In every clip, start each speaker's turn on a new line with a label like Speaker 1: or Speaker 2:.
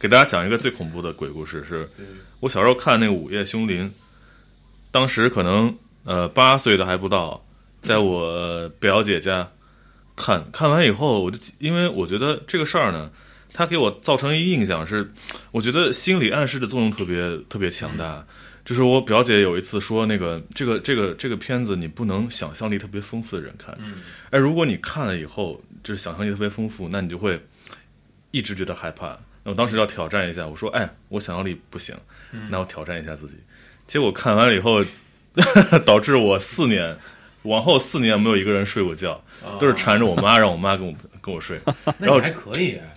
Speaker 1: 给大家讲一个最恐怖的鬼故事，是我小时候看那个《午夜凶铃》，当时可能呃八岁的还不到，在我表姐家看看完以后，我就因为我觉得这个事儿呢，它给我造成一印象是，我觉得心理暗示的作用特别特别强大。就是我表姐有一次说，那个这个这个这个片子你不能想象力特别丰富的人看，哎，如果你看了以后就是想象力特别丰富，那你就会一直觉得害怕。那我当时要挑战一下，我说，哎，我想象力不行，那我挑战一下自己。结果看完了以后， 导致我四年往后四年没有一个人睡过觉，都是缠着我妈，让我妈跟我跟我睡
Speaker 2: 那
Speaker 3: 哦
Speaker 2: 你还可以，啊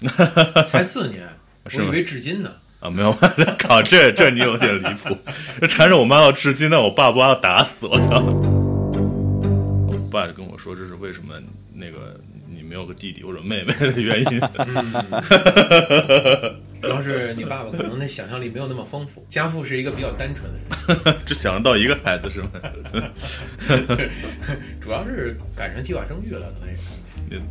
Speaker 2: 才四年，我
Speaker 1: 是吗
Speaker 2: 以为至今呢。
Speaker 1: 啊，没有， 靠，这这你有点离谱，这缠着我妈到至今，那我爸不把我打死，我靠！我爸就跟我说，这是为什么那个你没有个弟弟或者妹妹的原因。
Speaker 2: 主要是你爸爸可能那想象力没有那么丰富，家父是一个比较单纯的人。
Speaker 1: 只想得到一个孩子是吗？
Speaker 2: 主要是赶上计划生育了，可能也
Speaker 1: 也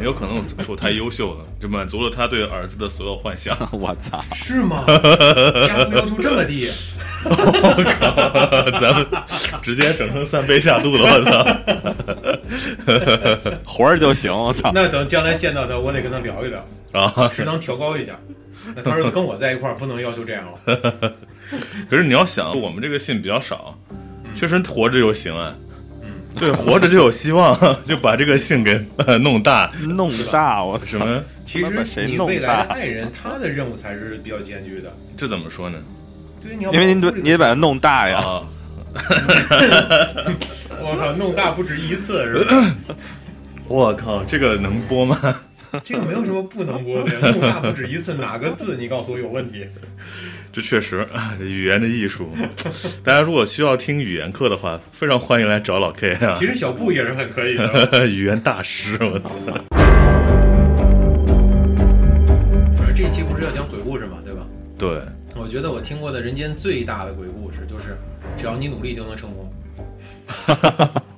Speaker 1: 也有可能我说太优秀 了，就满足了他对儿子的所有幻想。
Speaker 3: 我操！
Speaker 2: 是吗？家父要求这么低，
Speaker 1: 咱们直接整成三杯下肚了，我操！
Speaker 3: 活儿就行，我操！
Speaker 2: 那等将来见到他，我得跟他聊一聊，
Speaker 1: 啊，
Speaker 2: 适当调高一下。那他儿子跟我在一块儿，不能要求这样哦 了。
Speaker 1: 可是你要想，我们这个信比较少，
Speaker 3: 嗯
Speaker 1: 确实活着就行啊。对，活着就有希望， 就把这个信给、呃弄大。
Speaker 3: 弄大我
Speaker 1: 什
Speaker 3: 操！
Speaker 1: 么？
Speaker 2: 其
Speaker 3: 他妈把
Speaker 2: 实
Speaker 3: 谁
Speaker 2: 你
Speaker 3: 弄
Speaker 2: 未来
Speaker 3: 大
Speaker 2: 的爱人，他的任务才是比较艰巨的。
Speaker 1: 这怎么说呢？
Speaker 2: 对，你要
Speaker 3: 因为您
Speaker 2: 保
Speaker 3: 得
Speaker 2: 护这个
Speaker 3: 你得把它弄大哎呀，
Speaker 1: 啊，
Speaker 2: 我靠，弄大不止一次是吧？
Speaker 1: 我靠，这个能播吗？
Speaker 2: 这个没有什么不能播的，弄大不止一次，哪个字你告诉我有问题？
Speaker 1: 这确实啊，这语言的艺术。大家如果需要听语言课的话，非常欢迎来找老 K 啊
Speaker 2: 其，实小布也是很可以的。
Speaker 1: 语言大师。我操
Speaker 2: 反正这一期不是要讲鬼故事嘛，对吧？
Speaker 1: 对，
Speaker 2: 我觉得我听过的人间最大的鬼故事就是，只要你努力就能成功。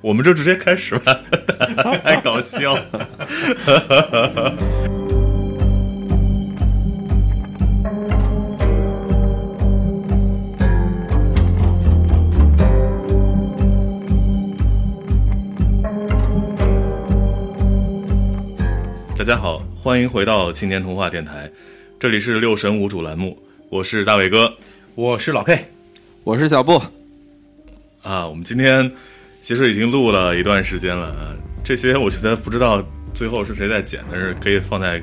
Speaker 1: 我们就直接开始吧，太搞笑了。大家好，欢迎回到青年童话电台，这里是六神无主栏目，我是大伟哥。
Speaker 2: 我是老 K，
Speaker 3: 我是小布，
Speaker 1: 啊，我们今天其实已经录了一段时间了，啊，这些我觉得不知道最后是谁在剪，但是可以放在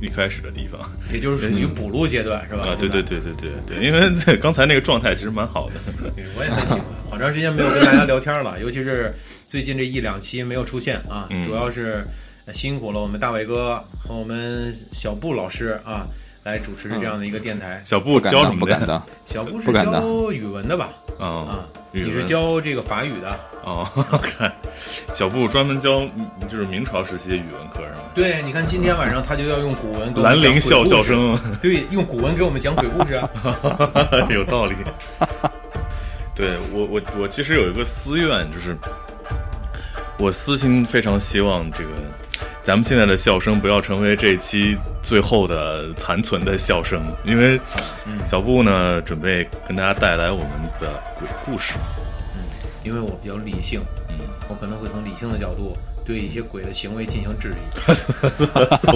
Speaker 1: 一开始的地方
Speaker 2: 也就是属于补录阶段是吧？
Speaker 1: 啊。对对对对对对，因为这刚才那个状态其实蛮 好的。
Speaker 2: 对，我也很喜欢。好长时间没有跟大家聊天了， 尤其是最近这一两期没有出现啊，主要是辛苦了我们大伟哥和我们小布老师啊，来主持这样的一个电台。
Speaker 1: 小布
Speaker 3: 不敢
Speaker 1: 教什
Speaker 3: 当，不
Speaker 1: 么
Speaker 3: 敢
Speaker 1: 的？
Speaker 3: 当。
Speaker 2: 小布是
Speaker 3: 不敢当
Speaker 2: 教语文的吧？
Speaker 1: 啊
Speaker 2: 啊，，
Speaker 1: 语
Speaker 2: 你
Speaker 1: 文
Speaker 2: 是教这个法语的。
Speaker 1: 哦， 看小布专门教嗯就是明朝时期的语文课是吗？
Speaker 2: 对，你看今天晚上他就要用古文给我
Speaker 1: 兰
Speaker 2: 们讲
Speaker 1: 陵
Speaker 2: 鬼
Speaker 1: 笑
Speaker 2: 故
Speaker 1: 笑
Speaker 2: 事，
Speaker 1: 生，
Speaker 2: 对，用古文给我们讲鬼故 事啊。
Speaker 1: 有道理。对我我我其实有一个私愿，就是我私心非常希望这个咱们现在的笑声不要成为这一期最后的残存的笑声，因为小布呢准备跟大家带来我们的鬼故事。
Speaker 2: 因为我比较理性，嗯，我可能会从理性的角度对一些鬼的行为进行质 疑。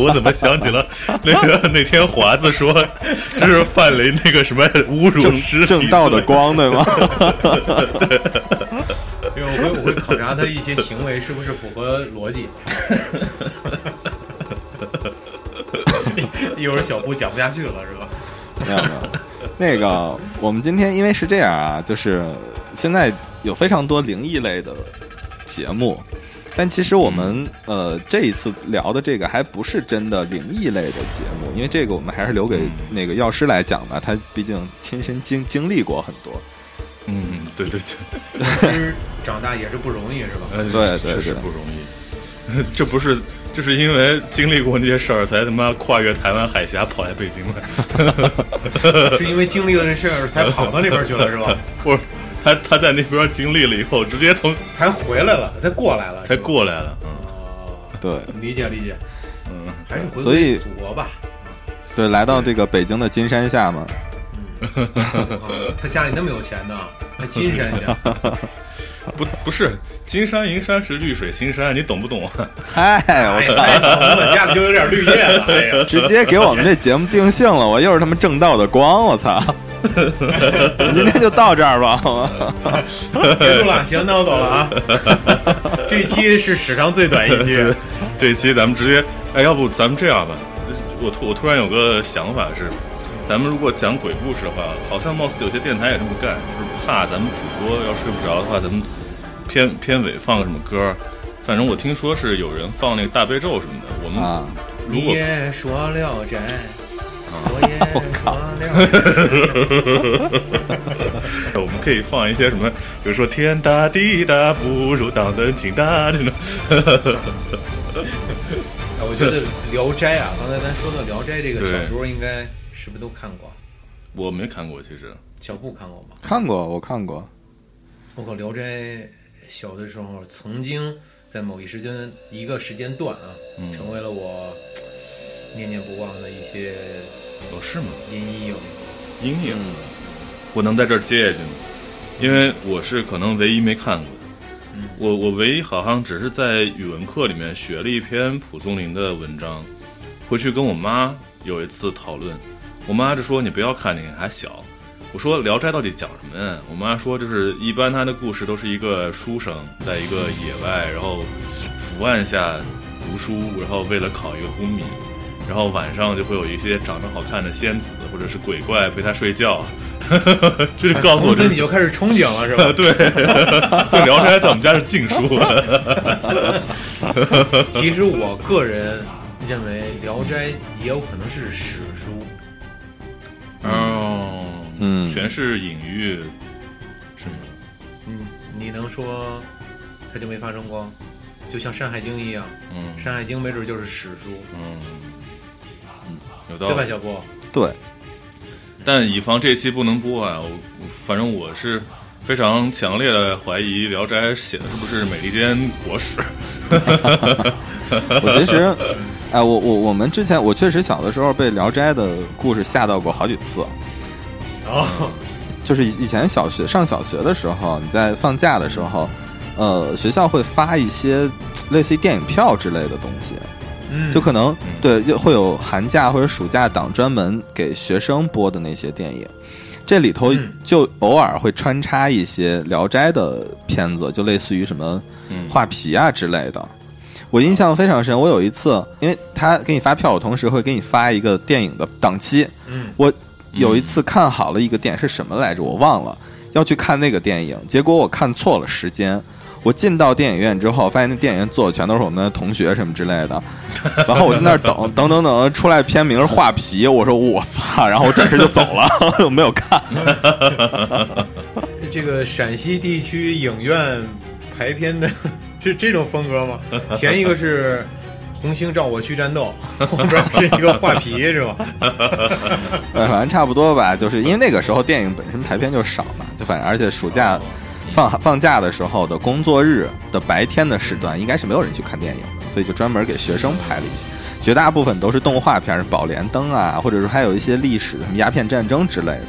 Speaker 1: 我怎么想起了那个那天华子说这是范雷那个什么侮辱尸
Speaker 3: 正
Speaker 1: 体
Speaker 3: 正道的光，对吗？
Speaker 2: 因为我会我会考察他一些行为是不是符合逻辑。 一会儿小布讲不下去了是吧？
Speaker 3: 没有没有。那个，我们今天因为是这样啊，就是现在有非常多灵异类的节目，但其实我们、呃这一次聊的这个还不是真的灵异类的节目，因为这个我们还是留给那个药师来讲吧，他毕竟亲身经经历过很多。
Speaker 1: 嗯，对对对。
Speaker 2: 其实长大也是不容易是吧？
Speaker 1: 呃
Speaker 3: 对对
Speaker 1: 确实
Speaker 3: 对
Speaker 1: 不容易。 这不是，这是因为经历过那些事儿，才他妈跨越台湾海峡跑来北京的。
Speaker 2: 是因为经历了这事儿才跑到那边去了是吧？
Speaker 1: 不是，他他在那边经历了以后，直接从
Speaker 2: 才回来了，才过来了，
Speaker 1: 才过来了。嗯
Speaker 3: 对，
Speaker 2: 理解理解，嗯，还是回
Speaker 3: 所以
Speaker 2: 归祖国吧。
Speaker 3: 对，来到这个北京的金山下嘛，
Speaker 2: 哦他家里那么有钱呢，还金山家，
Speaker 1: 不不是金山银山是绿水青山，你懂不懂啊？
Speaker 3: 嗨，
Speaker 2: 哎
Speaker 3: 我
Speaker 2: 呀，太穷了，家里就有点绿叶了。哎 呀，
Speaker 3: 直接给我们这节目定性了，我又是他妈正道的光，我操！今天就到这儿吧，好吗？
Speaker 2: 结束了，行，那我走了啊。 这一期是史上最短一期，
Speaker 1: 这一期咱们直接，哎，要不咱们这样吧？我突我突然有个想法是，咱们如果讲鬼故事的话，好像貌似有些电台也这么干，就是怕咱们主播要睡不着的话，咱们片片尾放个什么歌儿？反正我听说是有人放那个大悲咒什么的，我们
Speaker 3: 啊，
Speaker 1: 如
Speaker 2: 你
Speaker 1: 果
Speaker 2: 也说聊斋，我也说聊斋。
Speaker 1: 我们可以放一些什么，比如说天大地大不如当的情大这种，
Speaker 2: 哎我觉得《聊斋》啊，刚才咱说到《聊斋》这个
Speaker 1: 对
Speaker 2: 小时候，应该是不是都看过？
Speaker 1: 我没看过，其实
Speaker 2: 小布看过吗？
Speaker 3: 看过，我看过，
Speaker 2: 我靠，《聊斋》小的时候曾经在某一时间一个时间段啊，
Speaker 1: 嗯
Speaker 2: 成为了我嘖念念不忘的一些
Speaker 1: 哦是吗？
Speaker 2: 阴影。
Speaker 1: 阴影，我能在这儿接一句吗？因为我是可能唯一没看过的，我我唯一好像只是在语文课里面学了一篇蒲松龄的文章，回去跟我妈有一次讨论，我妈就说你不要看那个还小，我说《聊斋》到底讲什么呀？我妈说就是一般她的故事都是一个书生在一个野外，然后伏案下读书，然后为了考一个功名，然后晚上就会有一些长得好看的仙子或者是鬼怪陪她睡觉， 就是告诉我
Speaker 2: 从
Speaker 1: 这
Speaker 2: 此你就开始憧憬了，是 吧？
Speaker 1: 对，所以《聊斋》在我们家是禁 书。
Speaker 2: 哦其实我个人认为，《聊斋》也有可能是史书，
Speaker 1: 哦，
Speaker 3: 嗯
Speaker 1: 全是隐喻，是吗
Speaker 2: 嗯，你能说它就没发生过？就像《山海经》一样，
Speaker 1: 嗯
Speaker 2: 《山海经》没准就是史书，
Speaker 1: 嗯，有道
Speaker 2: 对吧，
Speaker 1: 理。
Speaker 2: 小布？
Speaker 3: 对，
Speaker 1: 但以防这期不能播啊，我我反正我是非常强烈的怀疑《聊斋》写的是不是美利坚国史。
Speaker 3: 我其实，哎，我我我们之前，我确实小的时候被《聊斋》的故事吓到过好几次。
Speaker 2: 哦，
Speaker 3: 就是以以前小学上小学的时候，你在放假的时候，呃，学校会发一些类似于电影票之类的东西，
Speaker 2: 嗯，
Speaker 3: 就可能对就会有寒假或者暑假档专门给学生播的那些电影，这里头
Speaker 2: 嗯
Speaker 3: 就偶尔会穿插一些《聊斋》的片子，就类似于什么
Speaker 1: 嗯
Speaker 3: 画皮啊之类的。我印象非常深，我有一次，因为他给你发票，我同时会给你发一个电影的档期，
Speaker 2: 嗯，
Speaker 3: 有一次看好了一个电影是什么来着，我忘了，要去看那个电影，结果我看错了时间。我进到电影院之后，发现那电影院坐的全都是我们的同学什么之类的，然后我在那儿等等等等，出来片名是《画皮》，我说我操，然后我转身就走了， 我没有看。
Speaker 2: 这个陕西地区影院排片的 是这种风格吗？前一个是红星照我去战斗， 后边是一个画皮是吧？
Speaker 3: 对，呃反正差不多吧，就是因为那个时候电影本身排片就少嘛，就反正而且暑假放放假的时候的工作日的白天的时段，应该是没有人去看电影的，所以就专门给学生排了一些，绝大部分都是动画片儿，《宝莲灯》啊，或者说还有一些历史，什么鸦片战争之类的。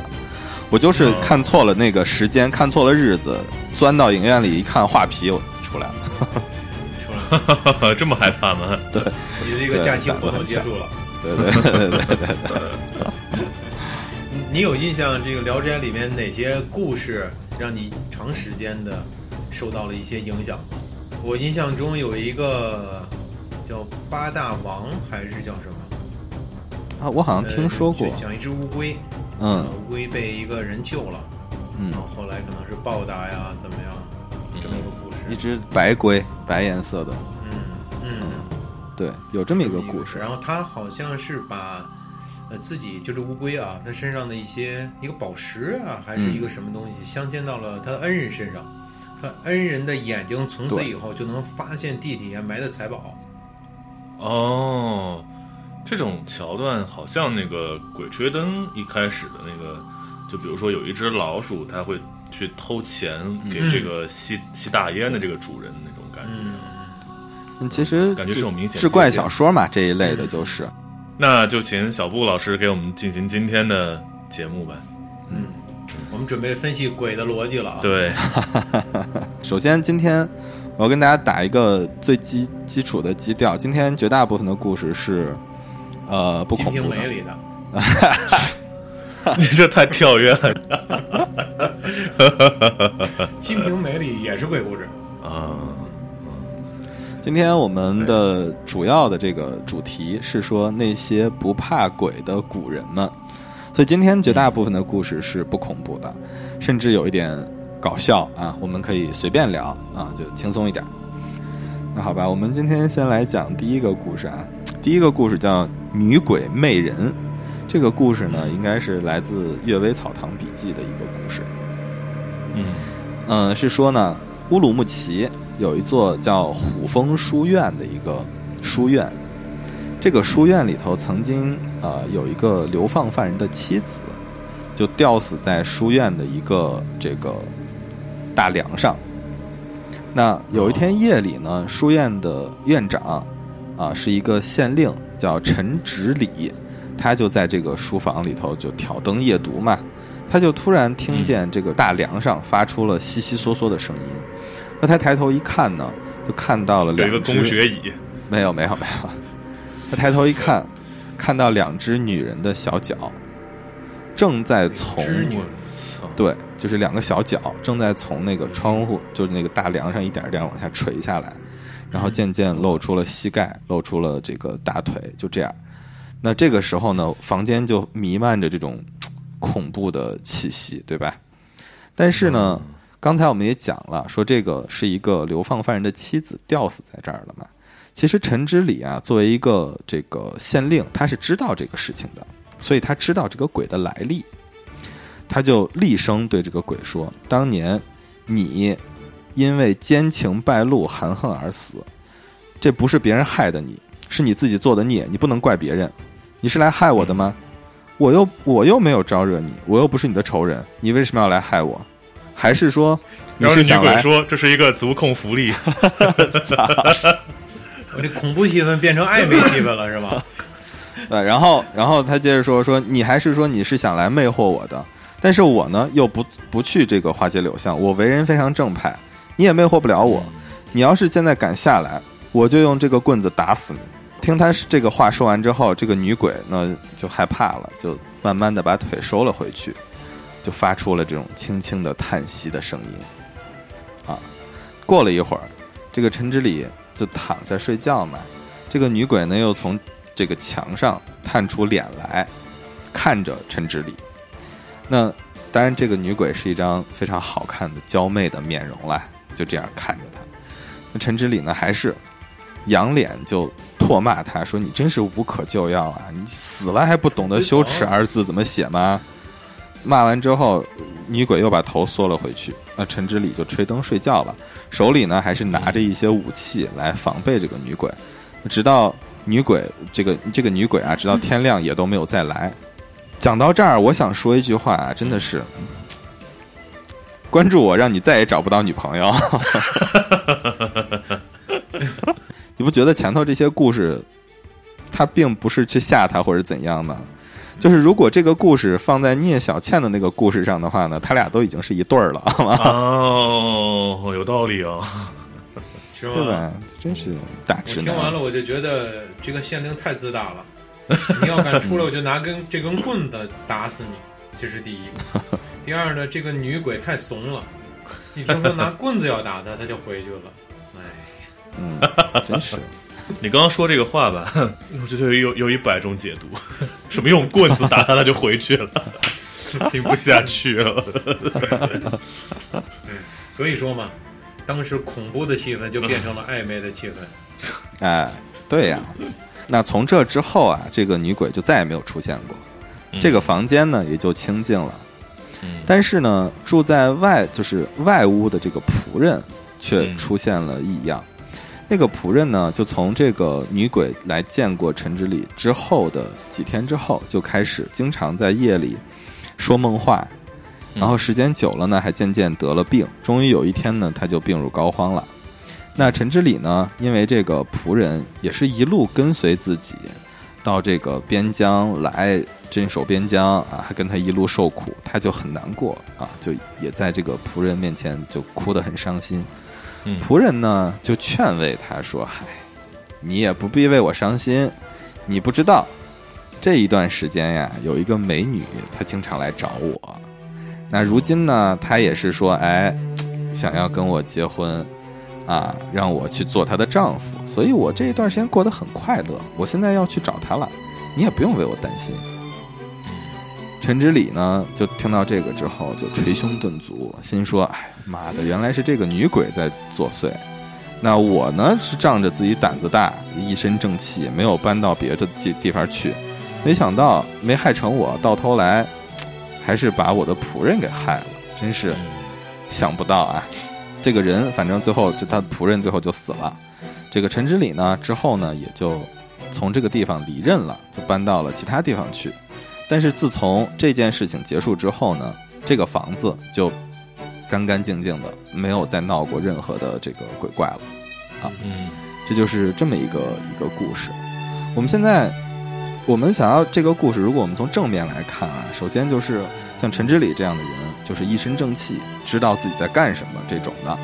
Speaker 3: 我就是看错了那个时间，看错了日子，钻到影院里一看，画皮我出来了。
Speaker 2: 出来，
Speaker 1: 这么害怕吗？
Speaker 2: 你的这个假期活动结束了。
Speaker 3: 对对对对对对，
Speaker 2: 你你有印象这个《聊斋》里面哪些故事让你长时间的受到了一些影响吗？我印象中有一个叫八大王还是叫什么？
Speaker 3: 啊，我好像
Speaker 2: 呃
Speaker 3: 听说过
Speaker 2: 就，讲一只乌龟，
Speaker 3: 嗯
Speaker 2: 呃乌龟被一个人救了，
Speaker 3: 嗯嗯
Speaker 2: 然，后后来可能是报答呀，怎么样，这么一个故
Speaker 3: 一
Speaker 2: 事。
Speaker 3: 只白龟，白颜色的，
Speaker 2: 嗯嗯，
Speaker 3: 对，有这么一个故事
Speaker 2: 然。后他好像是把呃自己就是乌龟啊，他身上的一些一个宝石啊，还是
Speaker 3: 嗯
Speaker 2: 一个什么东西，镶嵌到了他的恩人身上。他恩人的眼睛从此
Speaker 3: 对
Speaker 2: 以后就能发现地底下埋的财宝。
Speaker 1: 哦，这种桥段好像那个《鬼吹灯》一开始的那个，就比如说有一只老鼠，它会去偷钱给这
Speaker 3: 嗯
Speaker 1: 个吸、吸大烟的这个主人那种感觉。
Speaker 2: 嗯，
Speaker 3: 嗯，其实
Speaker 1: 感觉是有明显嗯
Speaker 3: 志怪小说嘛这一类的，就是
Speaker 1: 那就请小布老师给我们进行今天的节目吧。
Speaker 2: 我们准备分析鬼的逻辑了啊。，
Speaker 1: 对，
Speaker 3: 首先，今天我要跟大家打一个最基基础的基调。今天绝大部分的故事是，呃，不
Speaker 2: 《金
Speaker 3: 恐
Speaker 2: 瓶
Speaker 3: 怖
Speaker 2: 梅》
Speaker 3: 的。
Speaker 2: 里的，
Speaker 1: 你这太跳跃了
Speaker 2: 《金瓶梅》里也是鬼故事。
Speaker 1: 啊！
Speaker 3: 今天我们的主要的这个主题是说那些不怕鬼的古人们，所以今天绝大部分的故事是不恐怖的，甚至有一点搞笑啊，我们可以随便聊啊，就轻松一点。那好吧，我们今天先来讲第一个故事啊，第一个故事叫《女鬼媚人》，这个故事呢，应该是来自《阅微草堂笔记》的一个故事。
Speaker 1: 嗯
Speaker 3: 嗯，是说呢，乌鲁木齐有一座叫虎峰书院的一个书院，这个书院里头曾经啊、呃有一个流放犯人的妻子，就吊死在书院的一个这个大梁上。那有一天夜里呢，书院的院长啊、是一个县令，叫陈直礼，他就在这个书房里头就挑灯夜读嘛，他就突然
Speaker 1: 嗯
Speaker 3: 听见这个大梁上发出了悉悉嗦嗦的声音。那他抬头一看呢，就看到了
Speaker 1: 有
Speaker 3: 两
Speaker 1: 一个
Speaker 3: 只
Speaker 1: 公学椅，
Speaker 3: 没有没有没有，他抬头一 看，看到两只女人的小脚正在从
Speaker 2: 织女
Speaker 1: 我操！
Speaker 3: 对，就是两个小脚正在从那个窗户，就是那个大梁上一点一点往下垂下来，然后渐渐露出了膝盖，露出了这个大腿，就这样。那这个时候呢，房间就弥漫着这种嘖恐怖的气息，对吧？但是呢，
Speaker 2: 嗯
Speaker 3: 刚才我们也讲了，说这个是一个流放犯人的妻子吊死在这儿了嘛。其实陈之礼啊，作为一个这个县令，他是知道这个事情的，所以他知道这个鬼的来历。他就厉声对这个鬼说：“当年你因为奸情败露、含恨而死，这不是别人害的你，是你自己做的孽，你不能怪别人。你是来害我的吗？嗯我又我又没有招惹你，我又不是你的仇人，你为什么要来害我？还是说你
Speaker 1: 然后那
Speaker 3: 是
Speaker 1: 女
Speaker 3: 想
Speaker 1: 鬼
Speaker 3: 来？
Speaker 1: 说这是一个足控福 利，
Speaker 2: 我这恐怖气氛变成暧昧气氛了，是 吧？
Speaker 3: 对，然后然后他接着说说你还是说你是想来魅惑我的，但是我呢又不不去这个花街柳巷，我为人非常正派，你也魅惑不了我。你要是现在敢下来，我就用这个棍子打死你。听他这个话说完之后，这个女鬼呢就害怕了，就慢慢的把腿收了回去，就发出了这种轻轻的叹息的声音。啊，过了一会儿，这个陈之礼就躺下睡觉嘛，这个女鬼呢又从这个墙上探出脸来，看着陈之礼。那当然，这个女鬼是一张非常好看的娇媚的面容啦，就这样看着他。那陈之礼呢，还是仰脸就唾骂他说：“你真是无可救药啊！你死了还不懂得羞耻二字怎么写吗？”骂完之后，女鬼又把头缩了回去。那陈之礼就吹灯睡觉了，手里呢还是拿着一些武器来防备这个女鬼。直到女鬼这个这个女鬼啊，直到天亮也都没有再来。讲到这儿，我想说一句话啊，真的是，嗯关注我，让你再也找不到女朋 友。你不觉得前头这些故事，他并不是去吓他或者怎样吗？就是如果这个故事放在聂小倩的那个故事上的话呢，他俩都已经是一对儿了，好吗？
Speaker 1: 哦，有道理哦。
Speaker 2: 是
Speaker 3: 对
Speaker 2: 吧？
Speaker 3: 吧？真是大
Speaker 2: 啊我
Speaker 3: 直
Speaker 2: 听
Speaker 3: 男。
Speaker 2: 完了，我就觉得这个县令太自大了。 你要敢出来，我就拿根这根棍子打死你，这是第一。第二呢，这个女鬼太怂了，一听说拿棍子要打她，她就回去了。哎，
Speaker 3: 嗯，真是。
Speaker 1: 你刚刚说这个话吧， 我觉得有有有一百种解读， 什么用棍子打他他就回去了， 听不下去了。
Speaker 2: 嗯所以说嘛，当时恐怖的气氛就变成了暧昧的气氛。
Speaker 3: 哎，对呀、那从这之后啊，这个女鬼就再也没有出现过，这个房间呢也就清静了。
Speaker 1: 嗯
Speaker 3: 但是呢，住在外就是外屋的这个仆人却出现了异样。那个仆人呢，就从这个女鬼来见过陈之礼之后的几天之后，就开始经常在夜里说梦话，然后时间久了呢，还渐渐得了病。终于有一天呢，他就病入膏肓了。那陈之礼呢，因为这个仆人也是一路跟随自己，到这个边疆来镇守边疆啊，还跟他一路受苦，他就很难过啊，就也在这个仆人面前就哭得很伤心。
Speaker 1: 嗯
Speaker 3: 仆人呢就劝慰他说：“嗨，你也不必为我伤心，你不知道这一段时间呀，有一个美女她经常来找我。那如今呢，她也是说，哎，想要跟我结婚啊，让我去做她的丈夫。所以我这一段时间过得很快乐。我现在要去找她了，你也不用为我担心。”陈之礼呢，就听到这个之后就捶胸顿足，心说：“哎，妈的，原来是这个女鬼在作祟。那我呢是仗着自己胆子大，一身正气，没有搬到别的地地方去，没想到没害成我，到头来还是把我的仆人给害了，真是想不到啊！这个人反正最后就他的仆人最后就死了。这个陈之礼呢之后呢也就从这个地方离任了，就搬到了其他地方去。但是自从这件事情结束之后呢，这个房子就干干净净的，没有再闹过任何的这个鬼怪了。
Speaker 1: 嗯
Speaker 3: 这就是这么一个一个故事。我们现在，我们想要这个故事，如果我们从正面来看啊，首先就是像陈之礼这样的人，就是一身正气，知道自己在干什么这种的，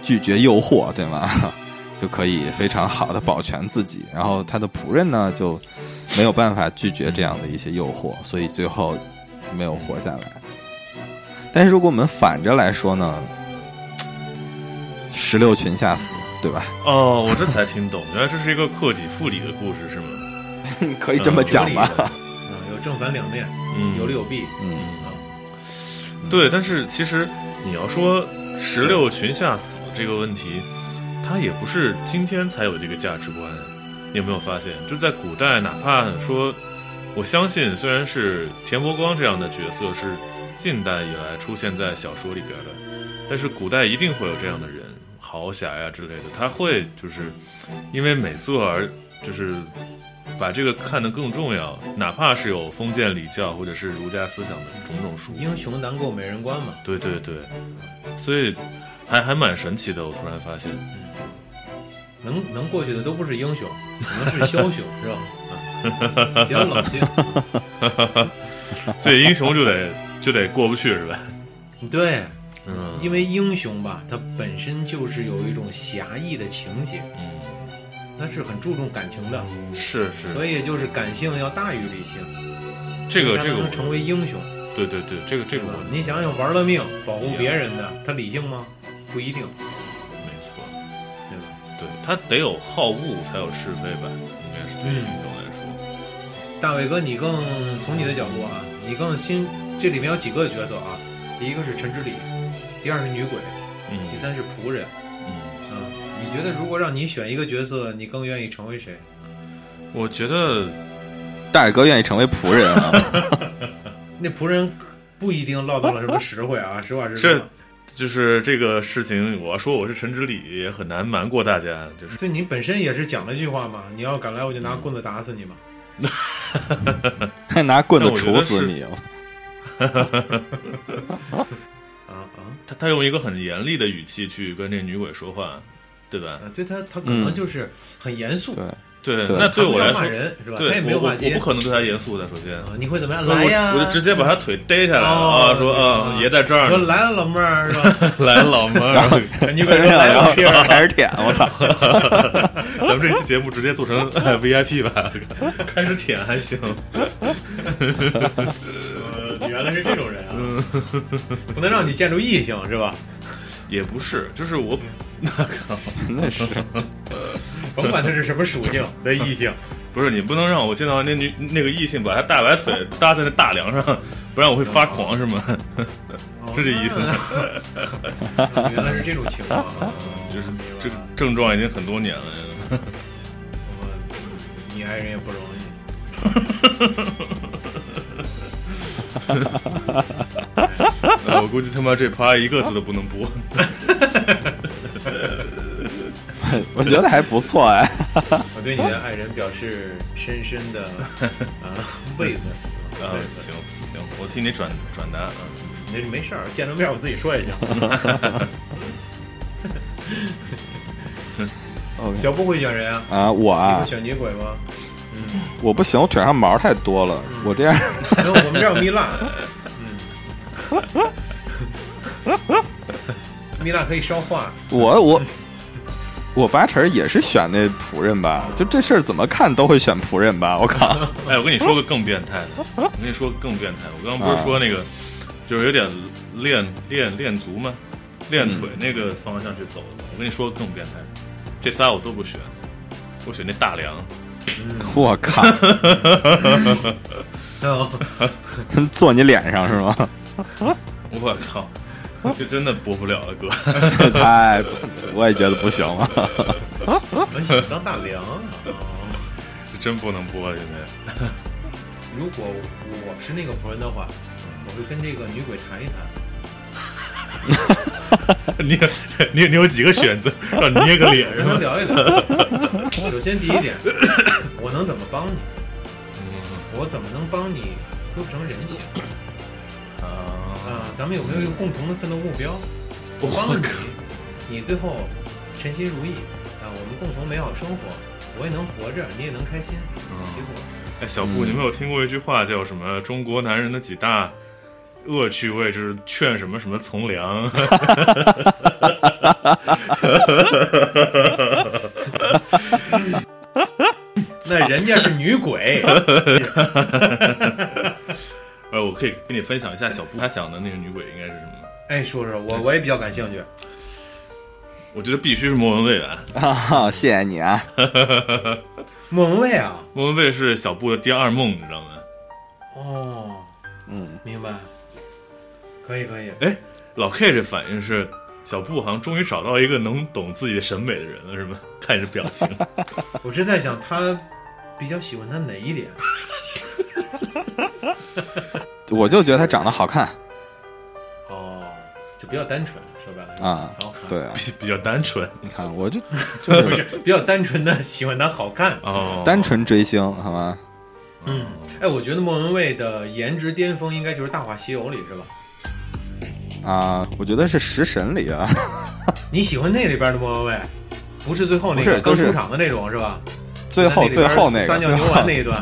Speaker 3: 拒绝诱惑，对吗？ 就可以非常好的保全自己。然后他的仆人呢，就没有办法拒绝这样的一些诱惑，所以最后没有活下来。但是如果我们反着来说呢，石榴裙下死，对吧？
Speaker 1: 哦，我这才听懂，原来这是一个克己复礼的故事，是吗？呃
Speaker 3: 可哎以这么讲吧？
Speaker 2: 嗯，有正反两面，
Speaker 1: 嗯，
Speaker 2: 有利有弊
Speaker 3: 嗯，
Speaker 2: 啊。
Speaker 1: 对，但是其实你要说石榴裙下死这个问题，它也不是今天才有这个价值观。你有没有发现，就在古代，哪怕说，我相信，虽然是田伯光这样的角色是近代以来出现在小说里边的，但是古代一定会有这样的人，豪侠呀之类的，他会就是因为美色而就是把这个看得更重要，哪怕是有封建礼教或者是儒家思想的种种束缚。
Speaker 2: 英雄难过美人关嘛，
Speaker 1: 对对对，所以还还蛮神奇的。我突然发现，
Speaker 2: 能能过去的都不是英雄，可能是枭雄，是吧？啊，比较冷静。
Speaker 1: 所以英雄就得就得过不去是 吧？
Speaker 2: 对，
Speaker 1: 嗯，
Speaker 2: 因为英雄吧，他本身就是有一种侠义的情节，
Speaker 1: 嗯
Speaker 2: 他是很注重感情的，
Speaker 1: 是是，
Speaker 2: 所以就是感性要大于理性，
Speaker 1: 这个
Speaker 2: 他
Speaker 1: 这
Speaker 2: 才
Speaker 1: 个我
Speaker 2: 能成为嗯英雄。
Speaker 1: 对对对，这个这
Speaker 2: 对
Speaker 1: 个
Speaker 2: 吧
Speaker 1: 我？
Speaker 2: 你想想，玩了命保护别人的，他理性吗？不一定，
Speaker 1: 没错，
Speaker 2: 对吧？
Speaker 1: 对他得有好恶才有是非吧？应该是对于
Speaker 2: 嗯
Speaker 1: 英雄来说，
Speaker 2: 大伟哥，你更从你的角度啊，你更新这里面有几个角色啊？第一个是陈之礼，第二是女鬼，第
Speaker 1: 嗯
Speaker 2: 三是仆人。
Speaker 1: 嗯，
Speaker 2: 啊，你觉得如果让你选一个角色，你更愿意成为谁？
Speaker 1: 我觉得
Speaker 3: 大耳哥愿意成为仆人啊，
Speaker 2: 那仆人不一定落到了什么实惠啊，实话实
Speaker 1: 是
Speaker 2: 说，
Speaker 1: 就是这个事情，我要说我是陈之礼，也很难瞒过大家，就是
Speaker 2: 就你本身也是讲了一句话嘛，你要敢来，我就拿棍子打死你嘛。
Speaker 3: 还拿棍子杵死你。
Speaker 2: 啊
Speaker 1: 他他用一个很严厉的语气去跟这女鬼说话，对吧
Speaker 2: 啊，？啊对他，他可能
Speaker 3: 嗯
Speaker 2: 就是很严肃，
Speaker 3: 对，
Speaker 1: 对，
Speaker 3: 对
Speaker 1: 那
Speaker 2: 他
Speaker 1: 嗯对
Speaker 2: 不
Speaker 1: 我
Speaker 2: 想
Speaker 1: 来
Speaker 2: 骂
Speaker 1: 说，
Speaker 2: 人是吧？
Speaker 1: 对
Speaker 2: 他也没有
Speaker 1: 我我
Speaker 2: 骂
Speaker 1: 我
Speaker 2: 街
Speaker 1: 不可能对他严肃的，首先。
Speaker 2: 啊，你会怎么样？
Speaker 1: 那
Speaker 2: 来呀，
Speaker 1: 我我就直接把他腿逮下来
Speaker 2: 哦
Speaker 1: 啊，说啊，
Speaker 2: 对
Speaker 1: 爷在这儿
Speaker 2: 说
Speaker 1: 呢，
Speaker 2: 来了，老妹儿是吧？
Speaker 1: 来了老妹儿，哎
Speaker 2: 你给我说来
Speaker 3: 然后
Speaker 2: 了，
Speaker 3: 然后开始舔，我操！
Speaker 1: 咱们这期节目直接做 成哎 VIP 吧，开始舔还行，
Speaker 2: 呃你原来是这种人啊， 不能让你见着异性是吧？
Speaker 1: 也不是，就是我，
Speaker 3: 那是
Speaker 2: 甭管他是什么属性的异性，
Speaker 1: 不是你不能让我见到那女那个异性把他大白腿搭在那大梁上，不然我会发狂是吗？ 是这意思吗？
Speaker 2: 哦 原来是这种情况啊，
Speaker 1: 就是
Speaker 2: 明白
Speaker 1: 这
Speaker 2: 了
Speaker 1: 症状已经很多年了，
Speaker 2: 我你爱人也不容易。
Speaker 1: 哎我估计他妈这趴一个字都不能播。啊
Speaker 3: 我觉得还不错 哎。
Speaker 2: 我对你的爱人表示深深 的啊慰问。
Speaker 1: 啊
Speaker 2: 慰问，
Speaker 1: 行行，我替你转转达啊。
Speaker 2: 那是没事儿，见着面我自己说也行。
Speaker 3: OK
Speaker 2: 小布会选人啊？
Speaker 3: 啊，我
Speaker 2: 你
Speaker 3: 啊
Speaker 2: 会，选女鬼吗？嗯，
Speaker 3: 我不行，我腿上毛太多了，我这样
Speaker 2: 然后我们这儿有蜜蜡，嗯，蜜蜡可以烧化，
Speaker 3: 我我我八成也是选那仆人吧，就这事儿怎么看都会选仆人吧，我 靠，
Speaker 1: 哎，我跟你说个更变态的，我跟你说个更变态。我刚刚不是说那个，就是有点练练练足吗？练腿那个方向去走的吗？我跟你说个更变态的，这仨我都不选，我选那大梁。
Speaker 3: 我靠，
Speaker 2: 哦，
Speaker 3: 坐你脸上是吗？
Speaker 1: 我靠，这真的播不了了，哥。
Speaker 3: 太，我也觉得不行了。
Speaker 2: 我想当大梁啊。
Speaker 1: 这真不能播，现在
Speaker 2: 如果我是那个仆人的话，我会跟这个女鬼谈一谈。
Speaker 1: 你你你有几个选择，让你捏个脸是
Speaker 2: 跟他
Speaker 1: 吧？
Speaker 2: 聊一聊。首先第一点，我能怎么帮你？我怎么能帮你恢复成人形
Speaker 1: 啊，
Speaker 2: 啊？咱们有没有一个共同的奋斗目标？我帮了你，你最后称心如意啊，我们共同美好生活，我也能活着，你也能开心。结果
Speaker 1: 哎，小布，你们有听过一句话叫什么？中国男人的几大恶趣味就是劝什么什么从良。
Speaker 2: 那人家是女鬼，
Speaker 1: 呃，我可以跟你分享一下小布他想的那个女鬼应该是什么？
Speaker 2: 哎，说说我我也比较感兴趣。
Speaker 1: 我觉得必须是莫文蔚吧。
Speaker 3: 啊，谢谢你啊！
Speaker 2: 莫文蔚啊，
Speaker 1: 莫文蔚是小布的第二梦，你知道吗？
Speaker 2: 哦，
Speaker 3: 嗯，
Speaker 2: 明白，可以可以，
Speaker 1: 哎，老 K 这反应是小布好像终于找到一个能懂自己审美的人了，是吗？ 看你这表 情，
Speaker 2: 我是在想他比较喜欢他哪一点？
Speaker 3: 我就觉得他长得好看
Speaker 2: 哦，就比较单纯是吧？
Speaker 3: 啊
Speaker 2: 好，
Speaker 3: 对啊，
Speaker 1: 比比较单纯
Speaker 3: 你看我就
Speaker 2: 不是比较单纯的喜欢他好看。
Speaker 1: 哦，
Speaker 3: 单纯追星，好吗？
Speaker 2: 嗯，哎，我觉得莫文蔚的颜值巅峰应该就是《大话西游》里是吧？
Speaker 3: 啊，我觉得是《食神》里啊，
Speaker 2: 你喜欢那里边的莫文蔚，不是最后那
Speaker 3: 不
Speaker 2: 个
Speaker 3: 是
Speaker 2: 刚
Speaker 3: 就是
Speaker 2: 出场的那种是吧？
Speaker 3: 最后
Speaker 2: 在那里
Speaker 3: 最
Speaker 2: 边
Speaker 3: 后那个
Speaker 2: 撒尿
Speaker 3: 最
Speaker 2: 牛
Speaker 3: 后
Speaker 2: 丸那一段，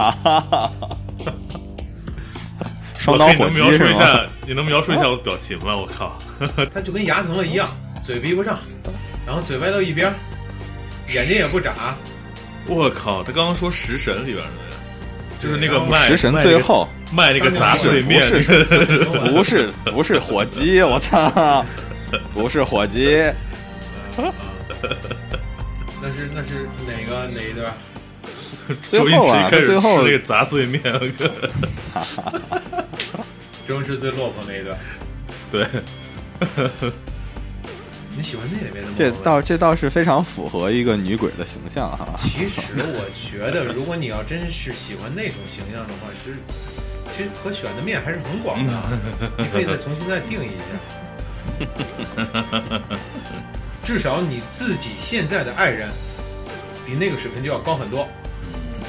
Speaker 3: 双
Speaker 1: 老
Speaker 3: 刀
Speaker 1: K，
Speaker 3: 火
Speaker 1: 你能描
Speaker 3: 鸡
Speaker 1: 述
Speaker 3: 是
Speaker 1: 一
Speaker 3: 吗？
Speaker 1: 下，你能描述一下我表情吗？我靠，
Speaker 2: 他就跟牙疼了一样，嘴闭不上，然后嘴歪到一边，眼睛也不眨，
Speaker 1: 我靠，他刚刚说食神里边的，就是那个
Speaker 2: 对然后
Speaker 1: 卖
Speaker 3: 食神最后
Speaker 1: 卖那个卖那个杂
Speaker 3: 不
Speaker 1: 碎
Speaker 3: 是
Speaker 1: 面
Speaker 3: 不
Speaker 1: 那个，
Speaker 3: 是
Speaker 2: 牛 丸
Speaker 3: 不是不是火鸡，我操，不是火鸡，
Speaker 2: 那是那是哪个哪一段？
Speaker 3: 最
Speaker 1: 周星
Speaker 3: 后啊
Speaker 1: 驰开始
Speaker 3: 最后
Speaker 1: 吃那个杂碎面，我靠
Speaker 2: 周星驰最落魄那一段，
Speaker 1: 对，
Speaker 2: 你喜欢那里面的莫文蔚？
Speaker 3: 这倒这倒是非常符合一个女鬼的形象哈。
Speaker 2: 其实我觉得，如果你要真是喜欢那种形象的话，是其实可选的面还是很广的，你可以再重新再定义一下。至少你自己现在的爱人，比那个水平就要高很多，